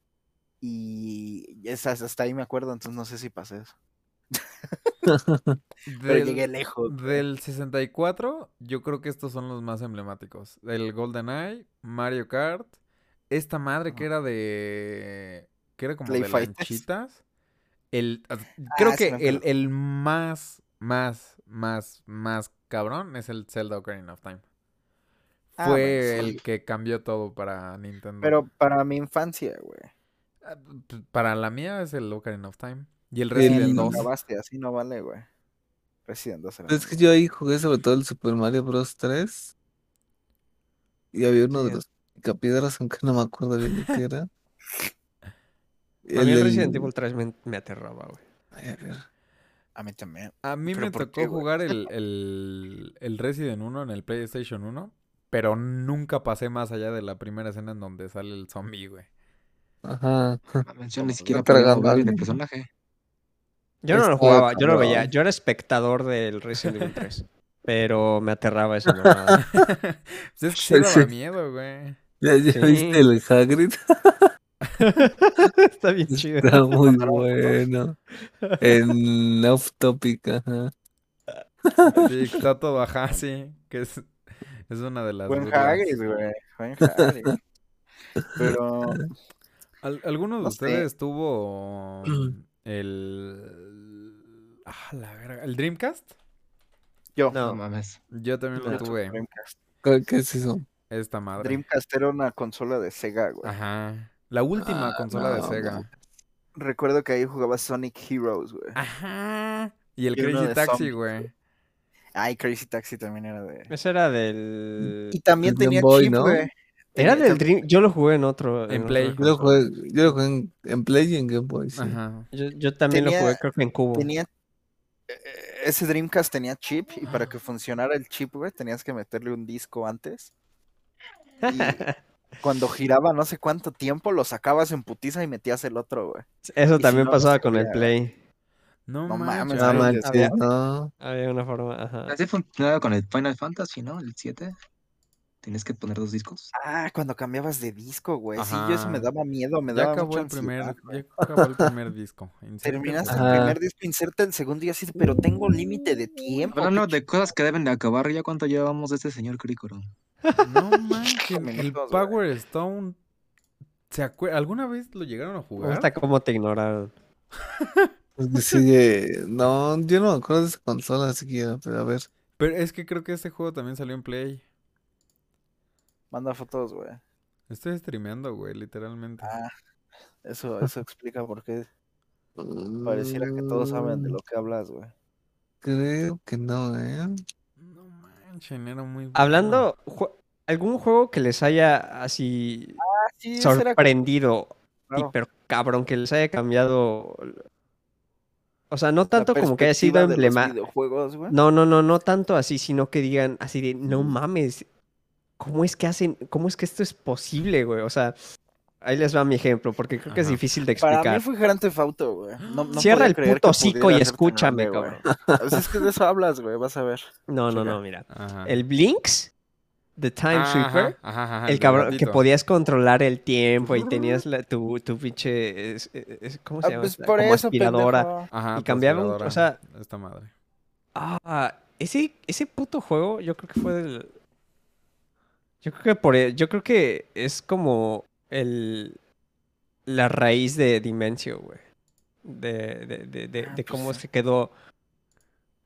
S4: Y es- hasta hasta ahí me acuerdo, entonces no sé si pasé eso. Pero
S2: Del-
S4: llegué eh. lejos.
S2: Del 64, yo creo que estos son los más emblemáticos. El GoldenEye, Mario Kart, esta madre que era de... que era como
S4: Play
S2: de
S4: Fighters.
S2: lanchitas. El, ah, creo
S4: sí
S2: que
S4: me
S2: el,
S4: acuerdo.
S2: el más, más, más, más cabrón es el Zelda Ocarina of Time.
S4: Ah,
S2: Fue
S4: bueno, sí.
S2: el que cambió todo para Nintendo.
S4: Pero para mi infancia, güey.
S2: Ah, p- Para la mía es el Ocarina of Time. Y el
S1: El-
S2: Resident
S4: Así
S2: 2.
S4: acabaste, así no vale, güey. Resident 2 era
S1: Pues Es que
S4: muy-
S1: yo ahí jugué sobre todo el Super Mario Bros. 3 y había uno de
S4: Sí.
S1: los picapiedras, aunque no me acuerdo bien de qué era.
S3: A mí el
S1: del-
S3: Resident Evil 3 me, me aterraba, güey.
S1: Ay, a ver.
S4: A mí también.
S2: A mí
S4: ¿Pero
S2: me
S4: por
S2: tocó
S4: qué, güey?
S2: jugar el, el, el Resident 1 en el PlayStation 1, pero nunca pasé más allá de la primera escena en donde sale el zombie, güey.
S1: Ajá.
S5: Mames, yo ni siquiera
S1: está
S5: podía
S1: tragando
S5: jugar bien el
S1: algo.
S5: personaje.
S3: Yo no lo
S1: Está
S3: jugaba, yo lo veía.
S1: cabrón.
S3: Yo era espectador del Resident Evil 3. Pero me aterraba esa
S4: Ah.
S3: mamada.
S2: pues es que sí
S1: Sí,
S2: daba
S1: sí.
S2: miedo, güey.
S1: ¿Ya, ya
S3: Sí.
S1: viste el Hagrid?
S3: Está bien chido.
S1: Está muy bueno. En Off Topic, ajá.
S2: Sí, está todo ajá, sí. Que es, es una de las.
S4: Buen
S2: burlas.
S4: Hagrid, güey. Buen Hagrid. Pero
S2: ¿Al- ¿Alguno de
S4: No sé.
S2: ustedes tuvo el. Ah, la verga. ¿El Dreamcast?
S4: yo.
S5: No
S3: No,
S5: mames.
S2: Yo también lo
S4: yo tuve
S2: tuve.
S4: Dreamcast.
S1: ¿Qué qué es eso?
S2: Esta madre.
S4: Dreamcast era una consola de Sega,
S2: Ah.
S4: güey.
S2: Ajá. pues. La última
S1: Ah,
S2: consola de
S1: no,
S2: Sega.
S1: mames.
S4: Recuerdo que ahí jugaba Sonic Heroes, güey.
S2: Ajá. Y el
S4: Y uno
S2: Crazy
S4: de
S2: Taxi,
S4: zombies,
S2: güey.
S4: Ay, Crazy Taxi también era de.
S3: esa era del.
S4: Y también
S1: El Game
S4: tenía
S1: Boy,
S4: chip,
S1: ¿no?
S4: güey.
S3: Era
S4: Tenía-
S3: del
S4: tam-
S3: Dream. Yo lo jugué en otro.
S2: En
S3: otro
S2: Play.
S1: Yo lo
S3: consola.
S1: jugué, yo lo jugué en, en Play y en Game Boy, sí.
S2: Ajá.
S3: Yo, yo también lo jugué,
S4: Tenía-
S3: creo que en
S1: Uh.
S3: Cubo.
S4: Tenía. eh, Ese Dreamcast tenía chip y para que funcionara el chip, güey, tenías que meterle un disco antes. Y cuando giraba no sé cuánto tiempo, lo sacabas en putiza y metías el otro, güey.
S3: Eso
S4: si
S3: también
S4: no, no
S3: pasaba
S4: se
S3: con el
S4: podía.
S3: Play.
S2: No,
S4: No
S2: mames.
S4: mames,
S1: No
S4: Ay,
S2: güey.
S1: manches,
S3: había-
S1: no.
S3: Había una forma. Ajá.
S5: Así funcionaba con el Final Fantasy, ¿no? El 7. Tienes que poner dos discos.
S4: Ah, cuando cambiabas de disco, güey. Sí, yo eso me
S2: Ajá.
S4: daba miedo, me
S2: ya
S4: daba
S2: acabó
S4: mucha
S2: el primer,
S4: ansiedad, güey.
S2: ya acabó el primer disco. Inserta
S4: Terminaste
S2: el
S1: Ajá.
S4: el primer disco, inserta el segundo y así, pero tengo límite de tiempo.
S5: Hablando
S4: qué
S5: de cosas que deben de acabar, ¿ya cuánto llevamos de este señor Crícoro?
S2: segundo. No manches. El
S4: Minutos, güey.
S2: Power Stone. ¿Se acuer- ¿Alguna vez lo llegaron a
S3: Me
S2: jugar?
S3: gusta cómo te ignoraron.
S1: Es que pues sigue- no, yo no me acuerdo de esa consola siquiera, pero a ver.
S2: Pero es que creo que este juego también salió en Play.
S4: Manda fotos, güey.
S2: Estoy streameando, güey, literalmente.
S4: Ah, eso, eso explica por qué pareciera que todos saben de
S1: Mm,
S4: lo que hablas, güey.
S1: Creo que no, ¿eh?
S2: No manchen, era muy
S4: Ah.
S2: bueno.
S3: Hablando, ju- ¿algún juego que les haya así
S4: Ah,
S3: sorprendido,
S4: Claro.
S3: hiper cabrón, que les haya cambiado? O sea, no tanto como que haya sido
S4: perspectiva de los
S3: emblemático.
S4: videojuegos, güey.
S3: No, no, no, no tanto así, sino que digan así de, no mames, ¿cómo es que hacen, cómo es que esto es posible, güey? O sea, ahí les va mi ejemplo, porque creo que es
S2: Ajá.
S3: difícil de
S4: Para mí
S3: explicar.
S4: fue Grand Theft Auto, güey. No, no
S3: Cierra
S4: podía
S3: el
S4: creer
S3: puto
S4: que
S3: hocico
S4: pudiera
S3: y
S4: ser tan
S3: escúchame,
S4: grande,
S3: cabrón.
S4: güey. Pues es que de eso hablas, güey, vas a ver.
S3: No, no,
S4: Chinga.
S3: no, mira.
S2: Ajá.
S3: El Blinks de Time
S2: Ah. Ajá,
S3: Sweeper.
S2: ajá, ajá,
S3: El
S2: del
S3: cabrón, que
S2: gatito.
S3: podías controlar el tiempo y tenías la- tu, tu pinche, es- es- ¿cómo se
S4: Ah,
S3: llama?
S4: pues
S3: esta?
S4: por
S3: Como
S4: eso,
S3: aspiradora.
S4: pendejo.
S2: Ajá,
S3: y cambiaba un- o
S2: aspiradora,
S3: sea-
S2: Esta madre.
S3: Ah, ese, ese puto juego yo creo que fue del... Yo creo que por, e- yo creo que es como el, la raíz de Dimensio, güey. De, de, de, de,
S4: Ah,
S3: de
S4: pues
S3: cómo
S4: sí.
S3: se quedó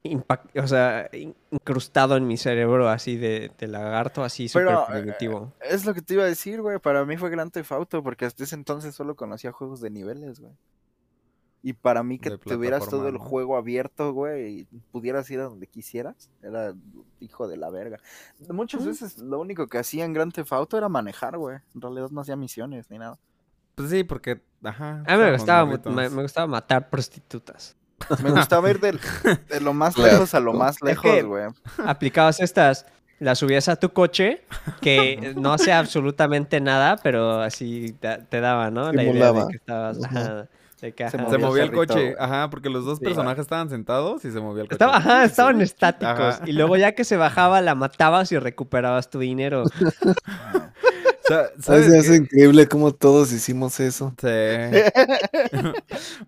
S3: impact, o sea, in- incrustado en mi cerebro así de, de lagarto, así súper
S4: Pero, eh,
S3: primitivo.
S4: Es lo que te iba a decir, güey. Para mí fue Grand Theft Auto porque hasta ese entonces solo conocía juegos de niveles, güey. Y para mí que
S2: De
S4: tuvieras todo
S2: plataforma,
S4: el
S2: ¿no?
S4: juego abierto, güey, y pudieras ir a donde quisieras, era hijo de la verga. Muchas veces lo único que hacía en Grand Theft Auto era manejar, güey. En realidad no hacía misiones ni nada.
S2: Pues sí, porque. Ajá.
S3: A mí me
S2: estábamos morritos.
S3: gustaba, mu- me, me gustaba matar prostitutas.
S4: Me gustaba ir del- de lo más
S1: Claro.
S4: lejos a lo más
S3: que-
S4: lejos, güey.
S3: aplicabas estas, las subías a tu coche, que no hacía absolutamente nada, pero así te, te daba, ¿no? La idea de
S1: Simulaba.
S3: que estabas.
S1: Ujú.
S3: ajá, de que,
S4: Se
S3: ajá,
S2: Se
S4: movía el
S2: movía el
S4: carrito,
S2: coche.
S4: güey.
S2: Ajá, porque los dos
S3: Sí.
S2: personajes estaban sentados y se movía el coche.
S3: estaba- ajá, estaban estáticos.
S2: Ajá.
S3: Y luego ya que se bajaba, la matabas y recuperabas tu dinero.
S2: Sa- ¿sabes
S1: Se
S2: qué?
S1: hace increíble cómo todos hicimos eso.
S2: Sí. me,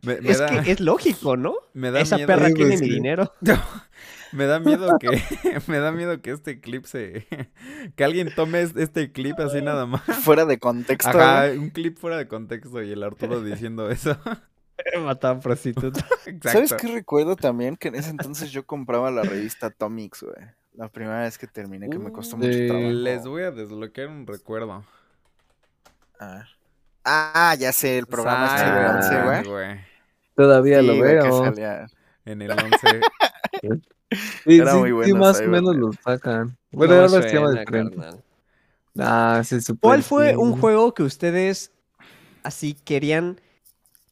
S2: me
S3: Es
S2: da,
S3: que es lógico, ¿no?
S2: me da
S3: Esa
S2: miedo.
S3: perra
S1: Sí,
S3: quiere
S1: pues,
S3: mi
S1: sí.
S3: dinero.
S2: Me da miedo que me da miedo que este clip se que alguien tome es- este clip así nada más.
S4: Fuera de contexto.
S2: Ajá,
S4: güey.
S2: un clip fuera de contexto y el Arturo diciendo eso.
S3: Mataba prostituta.
S2: Exacto.
S4: ¿Sabes qué recuerdo también? Que en ese entonces yo compraba la revista Atomics, güey. La primera vez que terminé, que me costó
S2: Uh,
S4: mucho
S1: de-
S4: trabajo.
S2: Les voy a desbloquear un recuerdo.
S4: A ver. Ah, ya sé, el programa este de
S2: Sas,
S4: Once, güey.
S2: güey.
S1: Todavía
S4: Sí,
S1: lo
S4: güey, que
S1: veo.
S4: salía.
S2: En el 11.
S1: Sí,
S4: Era
S1: sí,
S4: muy
S1: sí,
S4: bueno
S1: más o
S4: Cyberpunk.
S1: menos lo sacan. Bueno,
S3: No me
S1: ahora se llama
S3: suena,
S1: diferente.
S3: carnal.
S1: Ah, se super
S3: ¿Cuál fue un
S1: sí.
S3: juego que ustedes así querían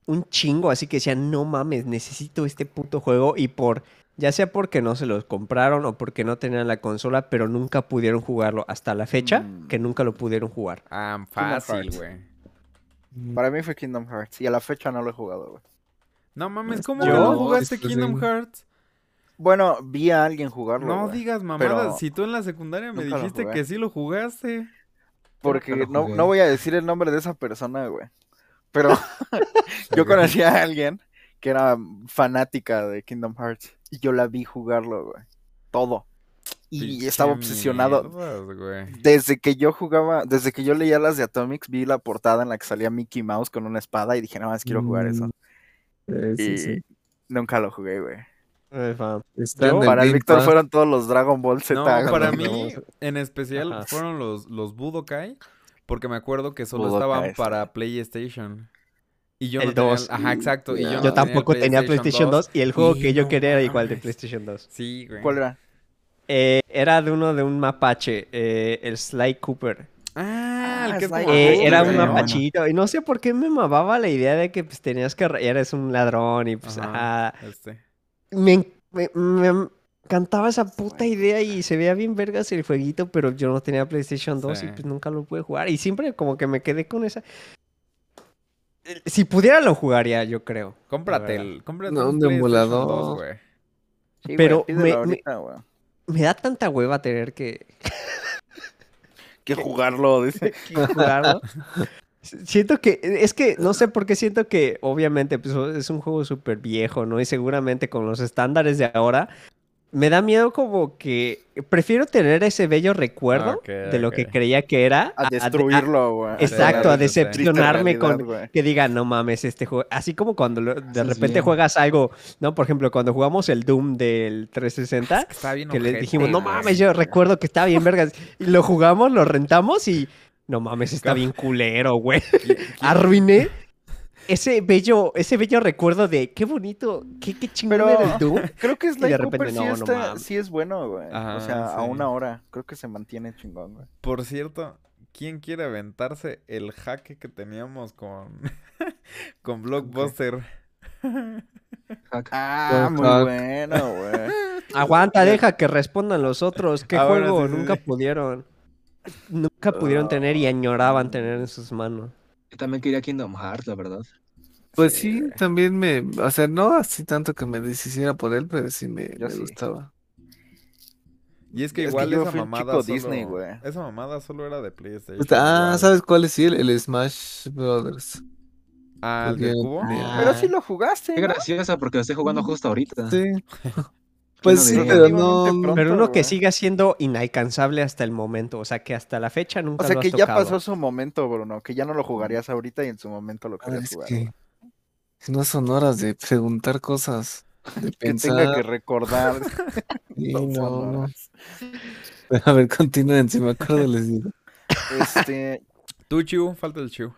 S3: un chingo? Así que decían, no mames, necesito este puto juego. Y por, ya sea porque no se los compraron o porque no tenían la consola, pero nunca pudieron jugarlo hasta la fecha,
S4: Mm.
S3: que nunca lo pudieron jugar.
S2: Ah,
S4: Kingdom
S2: fácil,
S4: Hearts.
S2: güey.
S4: Para mí fue Kingdom Hearts. Y a la fecha no lo he jugado, güey.
S2: No
S3: Pues,
S2: mames, ¿cómo
S1: Yo-
S2: que no jugaste
S1: Esto sí.
S2: Kingdom Hearts?
S4: Bueno, vi a alguien jugarlo.
S2: No
S4: güey,
S2: digas mamadas,
S4: pero
S2: si tú en la secundaria me
S4: nunca lo
S2: dijiste
S4: jugué.
S2: que sí lo jugaste.
S4: Porque
S1: Nunca lo
S4: no,
S1: jugué.
S4: no voy a decir el nombre de esa persona, güey. Pero yo conocí a alguien que era fanática de Kingdom Hearts. Y yo la vi jugarlo, güey. Todo. Y
S2: Pinche
S4: estaba obsesionado.
S2: mierdas, güey.
S4: Desde que yo jugaba, desde que yo leía las de Atomics, vi la portada en la que salía Mickey Mouse con una espada y dije, no más quiero jugar eso.
S1: Eh, sí,
S4: Y
S1: sí.
S4: nunca lo jugué, güey.
S1: Está en el
S4: Para el
S1: Game
S4: Víctor
S1: Pass.
S4: fueron todos los Dragon Ball Z.
S2: No,
S4: güey.
S2: para
S1: no,
S2: mí, en especial,
S3: Ajá.
S2: fueron los, los Budokai, porque me acuerdo que solo
S4: Budokais.
S2: estaban para PlayStation. Y yo
S3: El
S2: no tenía-
S3: 2.
S2: Ajá, exacto. Y yo,
S4: Yo
S2: no tenía
S3: Yo tampoco tenía PlayStation 2 y el juego
S2: Y
S3: que yo
S2: no
S3: quería era igual de
S2: mames.
S3: PlayStation 2.
S2: Sí, güey.
S4: ¿Cuál era?
S3: Eh, era de uno de un mapache, eh, el Sly Cooper.
S2: Ah, el
S4: Ah,
S2: que es
S4: Sly
S2: como
S3: Eh,
S2: azul,
S3: era
S2: güey,
S3: un
S2: ¿no?
S3: mapachito. Y no sé por qué me mamaba la idea de que pues, tenías que. ra- Eres un ladrón y pues.
S2: Ajá,
S3: Ajá.
S2: este.
S3: Me, en- me- me encantaba esa puta idea y se veía bien vergas el jueguito, pero yo no tenía PlayStation 2
S2: Sí.
S3: y pues nunca lo pude jugar. Y siempre como que me quedé con esa. Eh, Si pudiera lo jugaría, yo creo.
S2: Cómprate
S3: La verdad.
S2: el, cómprate
S1: No,
S2: un
S1: un
S2: PlayStation
S1: emulador.
S2: 2, güey.
S4: Sí, güey,
S3: Pero
S4: pídelo
S3: me- me-
S4: ahorita, güey.
S3: Me da tanta hueva tener que,
S4: Que jugarlo, dice.
S3: que jugarlo. S- Siento que, e, es que no sé por qué siento que obviamente pues, es un juego súper viejo, ¿no? Y seguramente con los estándares de ahora, me da miedo como que prefiero tener ese bello
S1: Ah,
S3: recuerdo
S2: Ok,
S3: de lo que
S2: ok.
S3: creía que era.
S4: A
S3: de-
S4: destruirlo, güey.
S3: exacto, a
S2: Sí, sí, sí.
S3: decepcionarme con,
S4: güey.
S3: que diga, no mames, este juego. Así como cuando lo- de
S1: Sí,
S3: repente
S1: sí.
S3: juegas algo, ¿no? Por ejemplo, cuando jugamos el Doom del 360,
S2: Está bien
S3: que le
S2: ojete,
S3: dijimos, no
S2: güey.
S3: mames, yo recuerdo que estaba bien vergas. Y lo jugamos, lo rentamos y, no mames, está
S2: Cab-
S3: bien culero, güey.
S2: ¿Qui- qui-
S3: Arruiné ese bello, ese bello recuerdo de qué bonito, qué, qué chingón
S4: Pero-
S3: era el Doom.
S4: Creo que Sly
S3: de
S4: Cooper
S3: repente,
S4: sí,
S3: no, no
S4: está-
S3: mames.
S4: sí es bueno, güey.
S2: Ajá,
S4: o sea, a
S2: sí.
S4: una hora. Creo que se mantiene chingón, güey.
S2: Por cierto, ¿quién quiere aventarse el jaque que teníamos con, con Blockbuster?
S5: Hack.
S4: Ah,
S1: Con
S4: muy
S1: Hulk.
S4: bueno, güey.
S3: Aguanta, deja que respondan los otros. ¿Qué
S2: Ah, bueno,
S3: juego
S2: sí, sí,
S3: nunca
S2: sí.
S3: pudieron? Nunca pudieron tener y añoraban tener en sus manos.
S5: Yo también quería Kingdom Hearts, la verdad.
S1: Pues
S5: Sí,
S1: sí,
S5: güey.
S1: también me, o sea, no así tanto que me deshiciera por él, pero sí me,
S4: Yo
S1: me
S4: sí.
S1: gustaba.
S2: Y es que
S4: Es que
S2: igual
S4: yo
S2: esa
S4: fui un
S2: mamada
S4: chico
S2: solo...
S4: Disney, güey.
S2: Esa mamada solo era de PlayStation.
S1: Está- ah,
S2: igual.
S1: ¿sabes cuál es? Sí, el, el Smash Brothers.
S2: Ah, el del
S1: Porque-
S2: cubo.
S1: Ah.
S4: Pero sí lo jugaste,
S5: Qué
S4: ¿no? Mm.
S5: graciosa porque lo estoy jugando justo ahorita.
S1: Sí. pues sí,
S5: novedad.
S1: pero no.
S4: Relativamente
S3: Pero uno
S4: Pronto,
S3: que
S4: güey.
S3: siga siendo inalcanzable hasta el momento, o sea que hasta la fecha
S4: O
S3: nunca
S4: sea,
S3: lo has
S4: que ya
S3: tocado.
S4: pasó su momento, Bruno. Que ya no lo jugarías ahorita y en su momento lo
S1: Ah,
S4: querías
S1: es
S4: jugar.
S1: que no son horas de preguntar cosas, de
S4: Que tenga que
S1: pensar.
S4: recordar.
S1: y
S4: No,
S1: no,
S4: son
S1: no.
S4: horas.
S1: A ver, continúen, si me acuerdo les digo.
S4: Este,
S2: Tú, Chiu, falta el Chiu.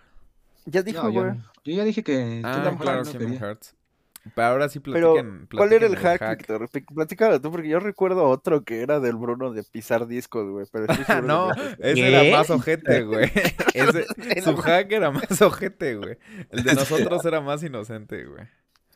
S4: ya
S5: No,
S4: dijo,
S5: yo,
S4: güey.
S5: yo ya dije que
S2: Ah,
S5: Kingdom
S2: claro,
S5: Hearts no
S2: Kingdom
S5: quería.
S2: Hearts. Pero ahora sí
S4: Pero,
S2: platiquen.
S4: ¿cuál era el
S2: platiquen
S4: hack, Víctor? Pi- Platícalo tú, porque yo recuerdo otro que era del Bruno de pisar discos, güey. Pero estoy seguro de
S2: no,
S4: que-
S2: ese era
S3: ¿Qué?
S2: más ojete, güey. Ese, su hack era más ojete, güey. El de nosotros era más inocente, güey.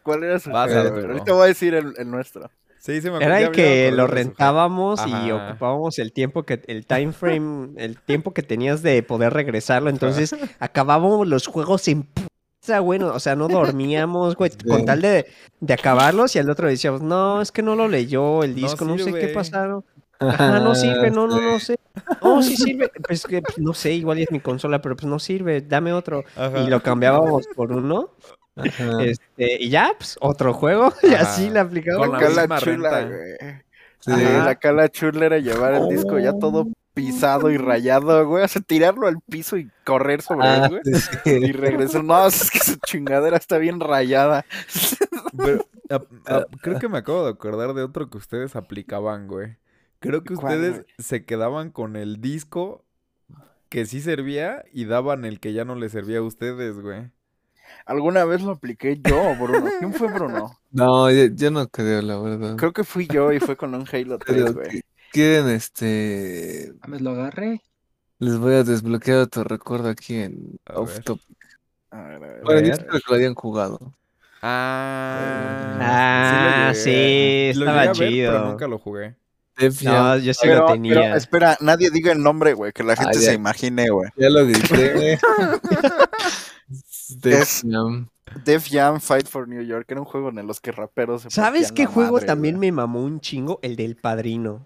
S4: ¿Cuál era su
S2: Vas,
S4: hack,
S1: Arturo.
S4: güey? Ahorita voy a decir el, el nuestro.
S2: Sí, sí me acuerdo.
S3: Era
S2: ya
S3: el
S2: me
S3: que
S2: acordé
S3: lo
S2: de su hack.
S3: rentábamos y
S2: Ajá.
S3: ocupábamos el tiempo que, el time frame, el tiempo que tenías de poder regresarlo. Entonces acabábamos los juegos en pizza, bueno, o sea, no dormíamos, güey, con
S1: Sí.
S3: tal de, de acabarlos y al otro decíamos, no, es que no lo leyó el
S2: No
S3: disco, no, sé qué
S2: sirve".
S3: pasaron. Ajá, no sirve, no, no, no sé. No, sí sirve. Pues que pues, no sé, igual y es mi consola, pero pues no sirve, dame otro.
S2: Ajá.
S3: Y lo cambiábamos por uno.
S2: Ah.
S1: Ajá,
S3: Este, y ya, pues, otro juego. Y
S2: Ajá.
S3: así la
S2: Con
S3: aplicaba.
S2: la
S4: cala
S2: misma
S4: chula,
S2: renta.
S4: güey.
S1: sí.
S4: Ajá, la cala chula era llevar el disco ya todo pisado y rayado, güey. O sea, tirarlo al piso y correr sobre
S1: Ah,
S4: él, güey.
S1: sí,
S4: Y
S1: sí.
S4: regresó. No, es que su chingadera está bien rayada.
S2: Pero,
S4: Ah,
S2: a- a- creo que me acabo de acordar de otro que ustedes aplicaban, güey. Creo que
S4: ¿Cuál,
S2: ustedes
S4: güey?
S2: se quedaban con el disco que sí servía y daban el que ya no les servía a ustedes, güey.
S4: ¿Alguna vez lo apliqué yo, Bruno? ¿Quién fue Bruno?
S1: No, yo, yo no creo, la verdad.
S4: Creo que fui yo y fue con un Halo 3,
S1: Pero
S4: güey.
S1: que- quieren, este,
S5: Mames, Ah, pues, lo agarré.
S1: les voy a desbloquear otro recuerdo aquí en
S2: A
S1: Off
S2: ver.
S1: Top.
S4: A ver, a ver.
S1: Bueno, yo
S2: ver.
S1: espero que lo hayan jugado.
S2: Ah,
S3: Ah, sí,
S2: lo llegué
S3: estaba
S2: a ver, pero
S3: chido.
S2: nunca lo jugué.
S1: Def
S3: No,
S1: Jam,
S3: yo sí
S4: Pero,
S3: lo
S4: pero
S3: tenía.
S4: espera, nadie diga el nombre, güey, que la gente
S1: ya.
S4: se imagine, güey.
S1: ya lo grité. güey. Def
S4: Es-
S1: Jam.
S4: Def Jam Fight for New York era un juego en los que raperos se
S3: ¿Sabes
S4: partían
S3: qué
S4: la
S3: juego
S4: madre,
S3: también
S4: güey.
S3: me mamó un chingo? El del padrino.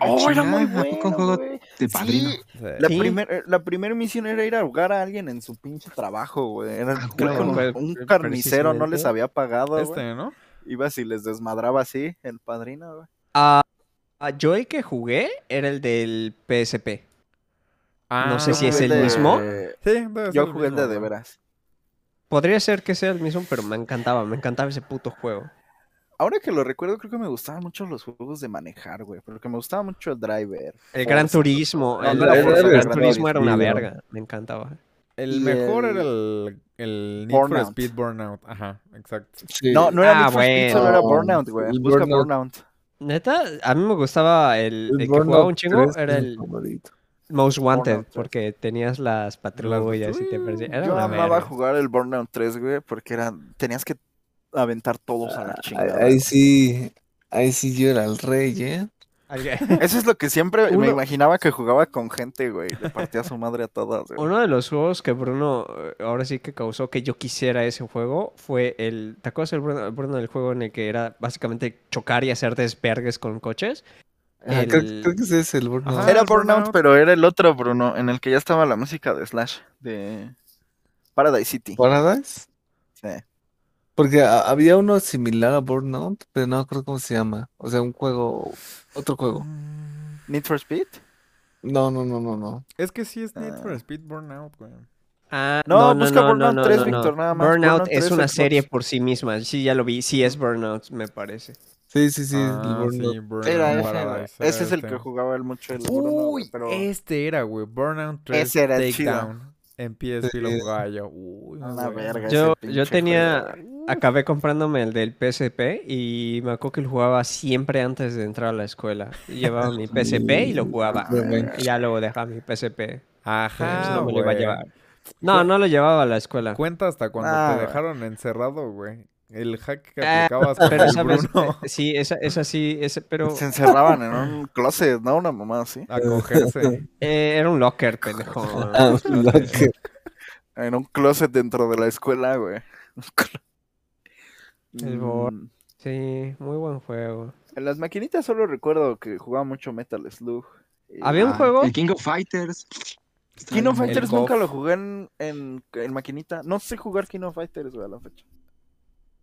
S4: Oh, era muy
S5: Chingada, ¿a poco
S4: bueno,
S5: juego
S4: güey. Sí,
S5: de padrino?
S2: O sea,
S4: La,
S3: Sí.
S4: primer- eh, la primera misión era ir a ahogar a alguien en su pinche trabajo, güey. Era,
S5: Ah,
S4: creo que
S5: huevo.
S4: un,
S3: Fue-
S4: un
S3: fue
S4: carnicero no les
S3: precisamente.
S4: había pagado, güey.
S2: este, ¿no?
S4: Ibas y les desmadraba así el padrino, güey.
S3: Ah, ah, yo el que jugué era el del PSP. No sé
S2: Ah,
S3: si es el
S4: Jugué de-
S3: mismo.
S2: Sí, debe ser
S4: Yo
S2: el
S4: jugué el
S2: mismo,
S4: de de
S2: ¿no?
S4: veras.
S3: Podría ser que sea el mismo, pero me encantaba, me encantaba ese puto juego.
S4: Ahora que lo recuerdo, creo que me gustaban mucho los juegos de manejar, güey. Porque me gustaba mucho el driver.
S3: El Gran
S4: Forza.
S3: Turismo,
S4: No,
S3: el,
S4: no era
S3: el
S1: Forza, era
S3: Gran
S1: Gran
S3: Turismo era una
S1: Turismo.
S3: verga, me encantaba.
S2: El
S4: Y
S2: mejor
S4: el-
S2: era el, el Need
S4: Burnout.
S2: for Speed Burnout. Ajá, exacto.
S1: Sí.
S4: No, no era
S3: Ah,
S4: Need for Speed, solo
S3: bueno.
S4: era Burnout, güey.
S1: El
S4: Busca
S1: Burnout.
S4: Burnout.
S3: Neta, a mí me gustaba el, el que
S1: Burnout
S3: jugaba un chingo,
S1: 3
S3: era
S1: es mi
S3: el
S1: favorito.
S3: Most Wanted,
S4: Burnout tres.
S3: porque tenías las patrullas y te parecía. Era
S4: Yo
S3: una
S4: amaba
S3: Ah, verga.
S4: jugar el Burnout 3, güey, porque era, tenías que aventar todos a la
S1: Ahí,
S4: chingada.
S1: ahí sí, ahí sí yo era el rey, ¿eh?
S3: Alguien-
S4: Eso es lo que siempre
S3: Uno-
S4: me imaginaba que jugaba con gente, güey. Le partía su madre a todas, güey.
S3: Uno de los juegos que Bruno eh, ahora sí que causó que yo quisiera ese juego fue el. ¿Te acuerdas el Bruno, Bruno, del juego en el que era básicamente chocar y hacer desvergues con coches?
S1: Ajá, Ah, creo,
S3: El-
S1: creo que ese es el Burnout.
S2: Ajá.
S4: Era
S2: el Burnout.
S4: Burnout, pero era el otro Bruno, en el que ya estaba la música de Slash, de Paradise City.
S1: Paradise.
S4: Sí.
S1: Porque a- había uno similar a Burnout, pero no creo cómo se llama. O sea, un juego, otro juego.
S2: Mm,
S4: Need for Speed.
S1: No, no, no, no, no.
S2: Es que sí es Need for
S4: Ah.
S2: Speed Burnout, güey.
S3: Ah,
S4: No, busca Burnout 3, Víctor, nada más.
S3: Burnout,
S4: Burnout
S3: es
S4: 3
S3: una
S4: Xbox.
S3: serie por sí misma. Sí, ya lo vi. Sí, es Burnout, me parece.
S1: Sí, sí, sí, el
S2: Ah,
S1: Burnout.
S2: sí, Burnout
S4: Era ese, güey.
S2: Paradise, era
S4: Ese es el
S2: este.
S4: que jugaba el mucho el Bruno, güey,
S2: Uy,
S4: pero...
S3: eh,
S2: este era, güey. Burnout 3
S4: Ese era el chido.
S2: Takedown. En PSP lo
S1: Sí.
S2: jugaba yo. Uy, no,
S4: Una
S2: güey.
S4: verga.
S3: Yo,
S4: ese
S3: yo
S4: pinche
S3: tenía.
S4: juego,
S3: Acabé comprándome el del PSP y me acuerdo que lo jugaba siempre antes de entrar a la escuela. Y llevaba mi PSP y lo jugaba. Y ya luego dejaba mi PSP. pues,
S2: Ajá,
S3: no me lo iba a
S2: güey.
S3: llevar. No, no lo llevaba a la escuela.
S2: Cuenta hasta cuando
S4: Ah,
S2: te
S4: güey.
S2: dejaron encerrado, güey. El hack que
S3: Ah,
S2: aplicabas con
S3: Pero
S2: el
S3: sabes,
S2: Bruno
S3: eh, sí, esa, esa sí, ese, pero
S4: Se encerraban en un closet, ¿no? Una mamá así.
S2: a cogerse.
S3: eh, era un locker, pendejo. no,
S1: Ah,
S3: no,
S1: lo que-
S4: En un closet dentro de la escuela, güey.
S3: El bor-
S4: Mm,
S3: Sí, muy buen juego.
S4: En las maquinitas solo recuerdo que jugaba mucho Metal Slug. eh, y-
S3: Había un juego.
S5: Ah, El King of Fighters.
S4: King of
S5: Está bien,
S4: Fighters
S2: el
S4: nunca
S2: KOF.
S4: lo jugué en, en, en maquinita. No sé jugar King of Fighters, güey, a la fecha.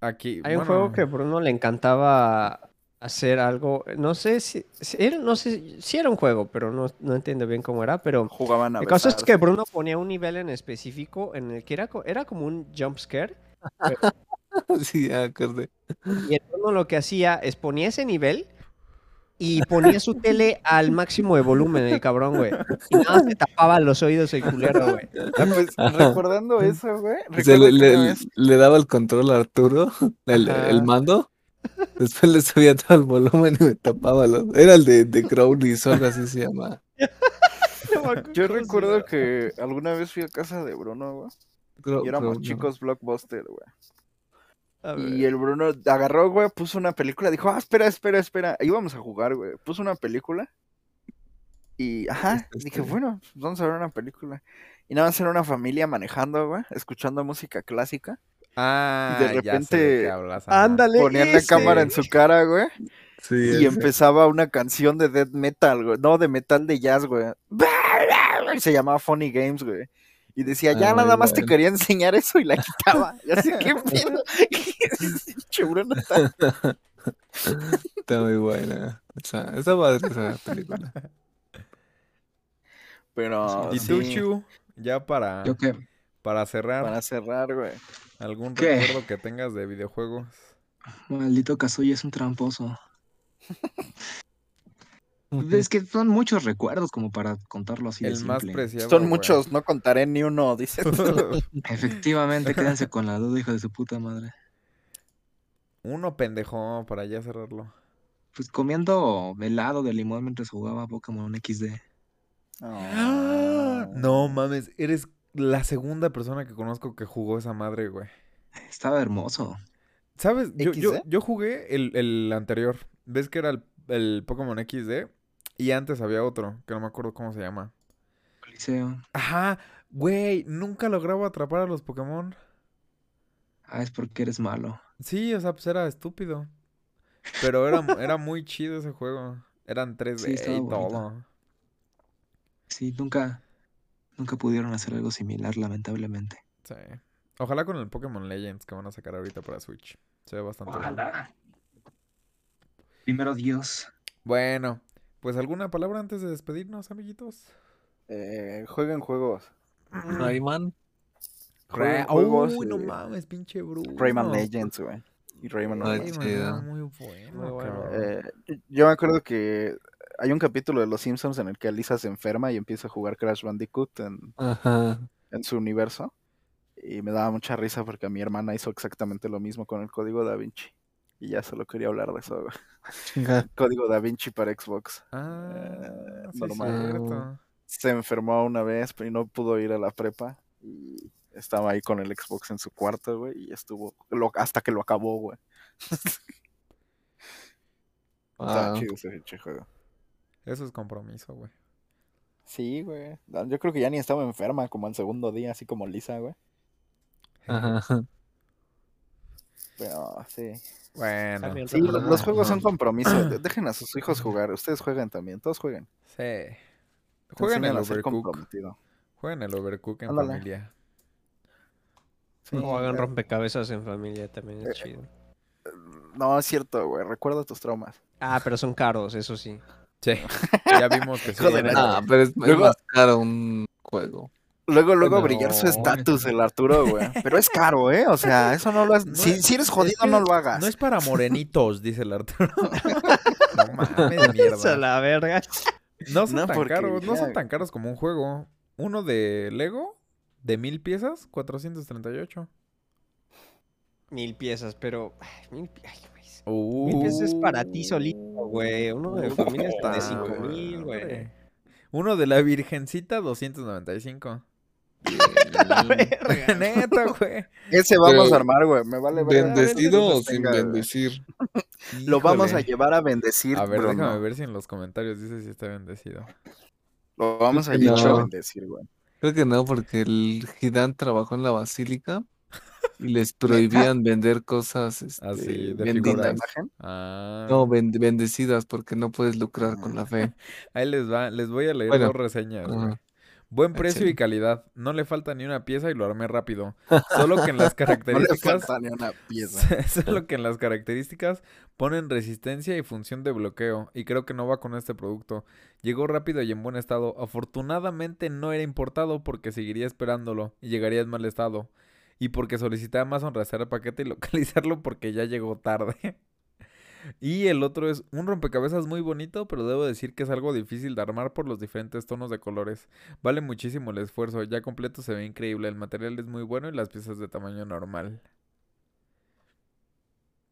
S2: Aquí.
S3: Hay un
S2: bueno,
S3: juego que a Bruno le encantaba hacer algo. No sé si, si era, no sé si- sí era un juego, pero no, no entiendo bien cómo era. Pero
S4: Jugaban a
S3: el caso es
S4: besarse.
S3: que Bruno ponía un nivel en específico en el que era, co- era como un jump scare.
S1: sí, ya me acordé.
S3: Y el Bruno lo que hacía es ponía ese nivel y ponía su tele al máximo de volumen, el cabrón, güey. Y nada, se tapaba los oídos el culero, güey.
S4: Ah, pues, recordando eso, güey.
S1: O sea,
S4: recuerdo
S1: le,
S4: que
S1: le-
S4: una vez-
S1: le daba el control a Arturo, el, el
S3: Ajá.
S1: mando. Después le subía todo el volumen y me tapaba los. Era el de, de Crowley, o algo así se llama.
S4: Yo recuerdo que alguna vez fui a casa de Bruno, güey.
S1: Crow-
S4: Y éramos
S1: Crowley.
S4: chicos blockbuster, güey.
S3: A ver.
S4: Y eh, el Bruno agarró, güey, puso una película, dijo, ah, espera, espera, espera, íbamos a jugar, güey, puso una película. Y, ajá,
S1: Este,
S4: dije,
S1: este.
S4: bueno, pues vamos a ver una película. Y nada más era una familia manejando, güey, escuchando música clásica.
S2: Ah,
S4: de
S2: ya sé de qué
S4: repente-
S2: hablas, ajá.
S3: Ándale.
S4: Ponían la
S3: ese.
S4: cámara en su cara, güey.
S1: Sí,
S4: Y
S1: ese.
S4: empezaba una canción de death metal, güey. No, de metal de jazz, güey. Y Se llamaba Funny Games, güey. Y decía, ya
S1: Ah,
S4: nada más te
S1: igual.
S4: quería enseñar eso y la quitaba. Ya sé qué pedo. Pinche Bruno está-
S1: Está muy buena. O sea, está padre esa película.
S4: Pero
S2: ¿Y tú,
S4: sí,
S2: Chu? Ya para,
S5: Yo qué.
S2: para cerrar,
S4: para cerrar, güey.
S2: ¿algún
S5: ¿Qué?
S2: recuerdo que tengas de videojuegos?
S5: Maldito Kazuya es un tramposo. Es que son muchos recuerdos como para contarlo así de
S2: El más
S5: simple.
S2: preciado.
S4: Son
S2: güey.
S4: muchos, no contaré ni uno, dice.
S5: Efectivamente, quédense con la duda, hijo de su puta madre.
S2: Uno pendejo para ya cerrarlo.
S5: Pues comiendo helado de limón mientras jugaba Pokémon XD.
S4: Ah,
S2: No mames, eres la segunda persona que conozco que jugó esa madre, güey.
S5: Estaba hermoso.
S2: ¿Sabes? Yo, yo,
S4: ¿XD?
S2: yo jugué el, el anterior. ¿Ves que era el, el Pokémon XD? Y antes había otro, que no me acuerdo cómo se llama.
S5: Coliseo.
S2: Ajá, güey, nunca lograba atrapar a los Pokémon.
S5: Ah, es porque eres malo.
S2: Sí, o sea, pues era estúpido. Pero era, era muy chido ese juego. Eran 3D
S5: estaba
S2: y
S5: bonito.
S2: todo.
S5: Sí, nunca, nunca pudieron hacer algo similar, lamentablemente.
S2: Sí. Ojalá con el Pokémon Legends que van a sacar ahorita para Switch. Se ve bastante bueno.
S5: Primero Dios.
S2: Bueno, pues alguna palabra antes de despedirnos, amiguitos.
S4: Eh, jueguen juegos.
S1: Rayman.
S4: Jueguen
S2: Ra-
S4: juegos.
S2: Uy, no
S4: eh,
S2: mames, pinche Bruno.
S4: Rayman Legends, güey. Y Rayman
S1: Ah,
S4: Origins.
S2: Rayman era
S1: chido.
S2: muy bueno,
S3: Muy bueno.
S2: cabrón.
S4: Eh, yo me acuerdo que hay un capítulo de Los Simpsons en el que Lisa se enferma y empieza a jugar Crash Bandicoot en,
S1: Ajá.
S4: en su universo. Y me daba mucha risa porque mi hermana hizo exactamente lo mismo con el código Da Vinci. Y ya solo quería hablar de eso. güey.
S1: Chinga.
S4: Código Da Vinci para Xbox.
S2: Ah,
S4: eh,
S2: sí,
S4: normal.
S2: cierto.
S4: Se enfermó una vez pero- y no pudo ir a la prepa. Y estaba ahí con el Xbox en su cuarto, güey. Y estuvo lo- hasta que lo acabó, güey. Estaba
S1: Wow.
S4: chido ese pinche juego.
S2: Eso es compromiso, güey.
S4: Sí, güey. No, Yo creo que ya ni estaba enferma como al segundo día, así como Lisa, güey.
S1: Ajá.
S4: Pero sí.
S2: Bueno,
S3: También
S4: Sí,
S3: lo-
S4: lo-
S1: Ajá.
S4: los
S2: Ah,
S4: juegos son compromiso. De- Dejen a sus hijos jugar. Ustedes juegan también. Todos jueguen.
S2: sí. Juegan el
S4: Enséñalos a ser
S2: Overcook.
S4: comprometido.
S2: Juegan el Overcook en
S4: Ándale.
S2: familia.
S4: Sí,
S3: O hagan
S4: eh,
S3: rompecabezas en familia, también es chido.
S4: No, es cierto, güey. Recuerda tus traumas.
S3: Ah, pero son caros, eso sí.
S2: Sí, ya vimos que sí.
S4: Hijo de
S2: era-
S4: la-
S1: Ah, pero es, es
S4: Luego-
S1: más caro un juego.
S4: Luego, luego
S2: Bueno,
S4: brillar su
S2: no,
S4: estatus el Arturo, güey. Pero es caro, ¿eh? O sea, eso no lo has...
S2: No
S4: si,
S2: es-
S4: si eres
S2: es
S4: jodido,
S2: que
S4: no lo hagas.
S2: No es para morenitos, dice el Arturo. no mames,
S3: A
S2: mierda.
S3: la verga.
S2: No son
S4: Una
S2: tan caros, no
S4: porquería,
S2: son
S4: güey.
S2: tan caros como un juego. Uno de Lego, de mil piezas, 438.
S3: Mil piezas, pero. ay, mil, pi- ay, güey.
S2: Uh,
S3: Mil piezas es para ti solito, güey. Uno
S4: Uh.
S3: de familia está de cinco mil, güey.
S2: madre. Uno de la Virgencita, 295.
S3: La verga.
S2: Neta, güey.
S4: Ese vamos
S1: Pero-
S4: a armar, güey. Me vale verga.
S1: ¿Bendecido o sin
S4: Venga, güey.
S1: bendecir?
S4: Lo vamos a
S2: Híjole.
S4: llevar a bendecir,
S2: A ver,
S4: Bruno.
S2: déjame ver si en los comentarios dice si está bendecido.
S4: Lo vamos a
S1: Creo que
S4: llevar
S1: no.
S4: a bendecir, güey.
S1: Creo que no, porque el Gidán trabajó en la basílica y les prohibían vender cosas este,
S2: Así, Ah, de
S4: ¿Con la
S2: figuras.
S1: benditas.
S4: imagen?
S2: Ah.
S1: No, ben- bendecidas, porque no puedes lucrar con la fe.
S2: Ahí les va, les voy a leer
S1: Bueno,
S2: dos reseñas, güey.
S1: ajá.
S2: Buen precio y
S1: Échale.
S2: calidad. No le falta ni una pieza y lo armé rápido. Solo que en las
S4: No le
S2: características.
S4: falta ni una pieza.
S2: Solo que en las características ponen resistencia y función de bloqueo. Y creo que no va con este producto. Llegó rápido y en buen estado. Afortunadamente no era importado porque seguiría esperándolo y llegaría en mal estado. Y porque solicité a Amazon rastrear el paquete y localizarlo porque ya llegó tarde. Y el otro es un rompecabezas muy bonito, pero debo decir que es algo difícil de armar por los diferentes tonos de colores. Vale muchísimo el esfuerzo, ya completo se ve increíble, el material es muy bueno y las piezas de tamaño normal.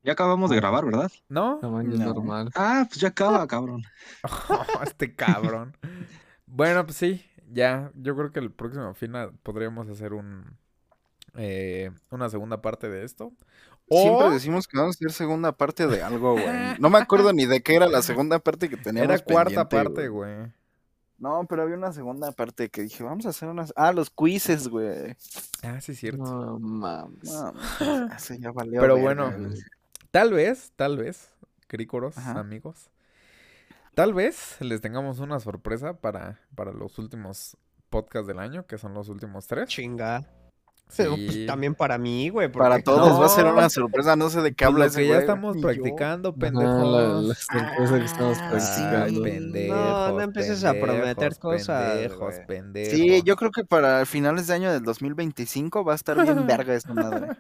S5: Ya acabamos de grabar, ¿verdad?
S2: ¿No?
S1: Tamaño
S4: No.
S1: normal.
S5: Ah, pues ya acaba, cabrón.
S2: este cabrón. Bueno, pues sí, ya. Yo creo que el próximo fin ah, podríamos hacer un eh, una segunda parte de esto.
S4: Siempre
S2: O
S4: decimos que vamos a hacer segunda parte de algo, güey. No me acuerdo ni de qué era la segunda parte que teníamos.
S2: era cuarta
S4: pendiente,
S2: parte, güey.
S4: No, pero había una segunda parte que dije, vamos a hacer unas. Ah, los quizzes, güey.
S2: Ah, sí, cierto.
S1: No mames.
S4: No, pues, ese ya valió
S2: Pero
S4: verga,
S2: bueno,
S4: güey.
S2: Tal vez, tal vez, crícoros,
S4: Ajá.
S2: amigos. Tal vez les tengamos una sorpresa para, para los últimos podcasts del año, que son los últimos tres.
S3: Chinga. Pero, pues,
S2: Sí.
S3: también para mí, güey.
S4: Para
S3: porque-
S4: todos va a ser
S2: No.
S4: una sorpresa, no sé de qué
S2: Pues
S4: habla
S2: lo
S4: ese
S2: que ya
S4: güey.
S2: estamos
S3: Ni yo.
S2: practicando,
S1: Ah,
S2: pendejos.
S1: la, la sorpresa que estamos
S3: Ah,
S2: Ay,
S1: practicando.
S2: pendejos.
S3: No, no empieces a prometer
S2: pendejos,
S3: cosas,
S2: Pendejos,
S3: güey.
S2: pendejos.
S4: Sí, yo creo que para finales de año del 2025 va a estar bien verga esta madre.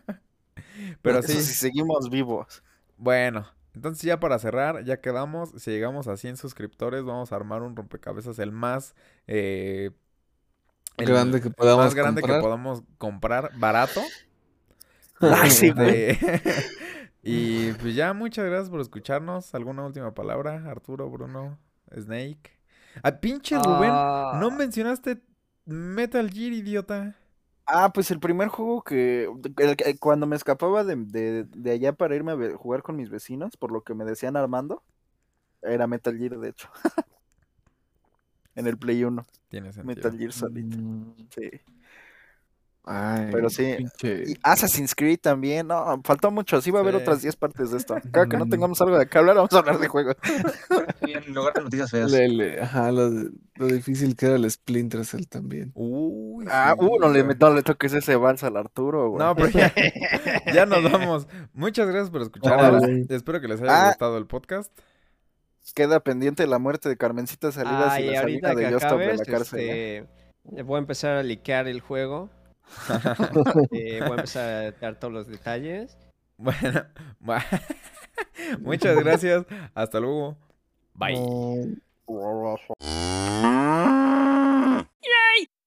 S2: Pero
S4: Eso
S2: sí,
S4: si seguimos vivos.
S2: bueno. Entonces ya para cerrar, ya quedamos. Si llegamos a 100 suscriptores, vamos a armar un rompecabezas el más... eh, el
S1: Grande que
S2: más
S1: podamos
S2: grande que
S1: comprar.
S2: podamos comprar barato.
S4: Ay, Ah, sí, güey.
S2: Este, y pues ya, muchas gracias por escucharnos. ¿Alguna última palabra? Arturo, Bruno, Snake. A pinche Rubén,
S3: Ah,
S2: no mencionaste Metal Gear, idiota.
S4: Ah, pues el primer juego que. el que- cuando me escapaba de, de- de allá para irme a ve- jugar con mis vecinos, por lo que me decían Armando, era Metal Gear, de hecho. en el Play 1,
S2: Tiene sentido.
S4: Metal Gear Solid.
S1: Mm,
S4: Sí.
S1: Ay,
S4: Pero sí,
S1: pinche-
S4: Y Assassin's Creed también, no, faltó mucho, sí va a haber
S2: Sí.
S4: otras 10 partes de esto. Cada que no
S1: Mm.
S4: tengamos algo de qué hablar, vamos a hablar de juegos.
S5: En lugar de noticias feas.
S1: le- le- ajá, lo, de- lo difícil que era el Splinter Cell también.
S2: Uy,
S4: Ah,
S2: sí,
S4: uh, no le,
S2: güey.
S4: no le toques ese balsa al Arturo, güey.
S2: No, pero ya, ya nos vamos. Muchas gracias por
S1: Ahora,
S2: escucharnos.
S1: güey.
S2: Espero que les haya
S4: Ah.
S2: gustado el podcast.
S4: Queda pendiente la muerte de Carmencita Salidas
S3: ay,
S4: y la
S3: ahorita
S4: salida
S3: que
S4: de Yostop de
S3: acabes,
S4: la cárcel. ¿eh?
S3: este, voy a empezar a liquear el juego. Eh, voy a empezar a editar todos los detalles.
S2: Bueno, va.
S3: este,
S2: muchas gracias. Hasta luego. Bye.
S1: Ay.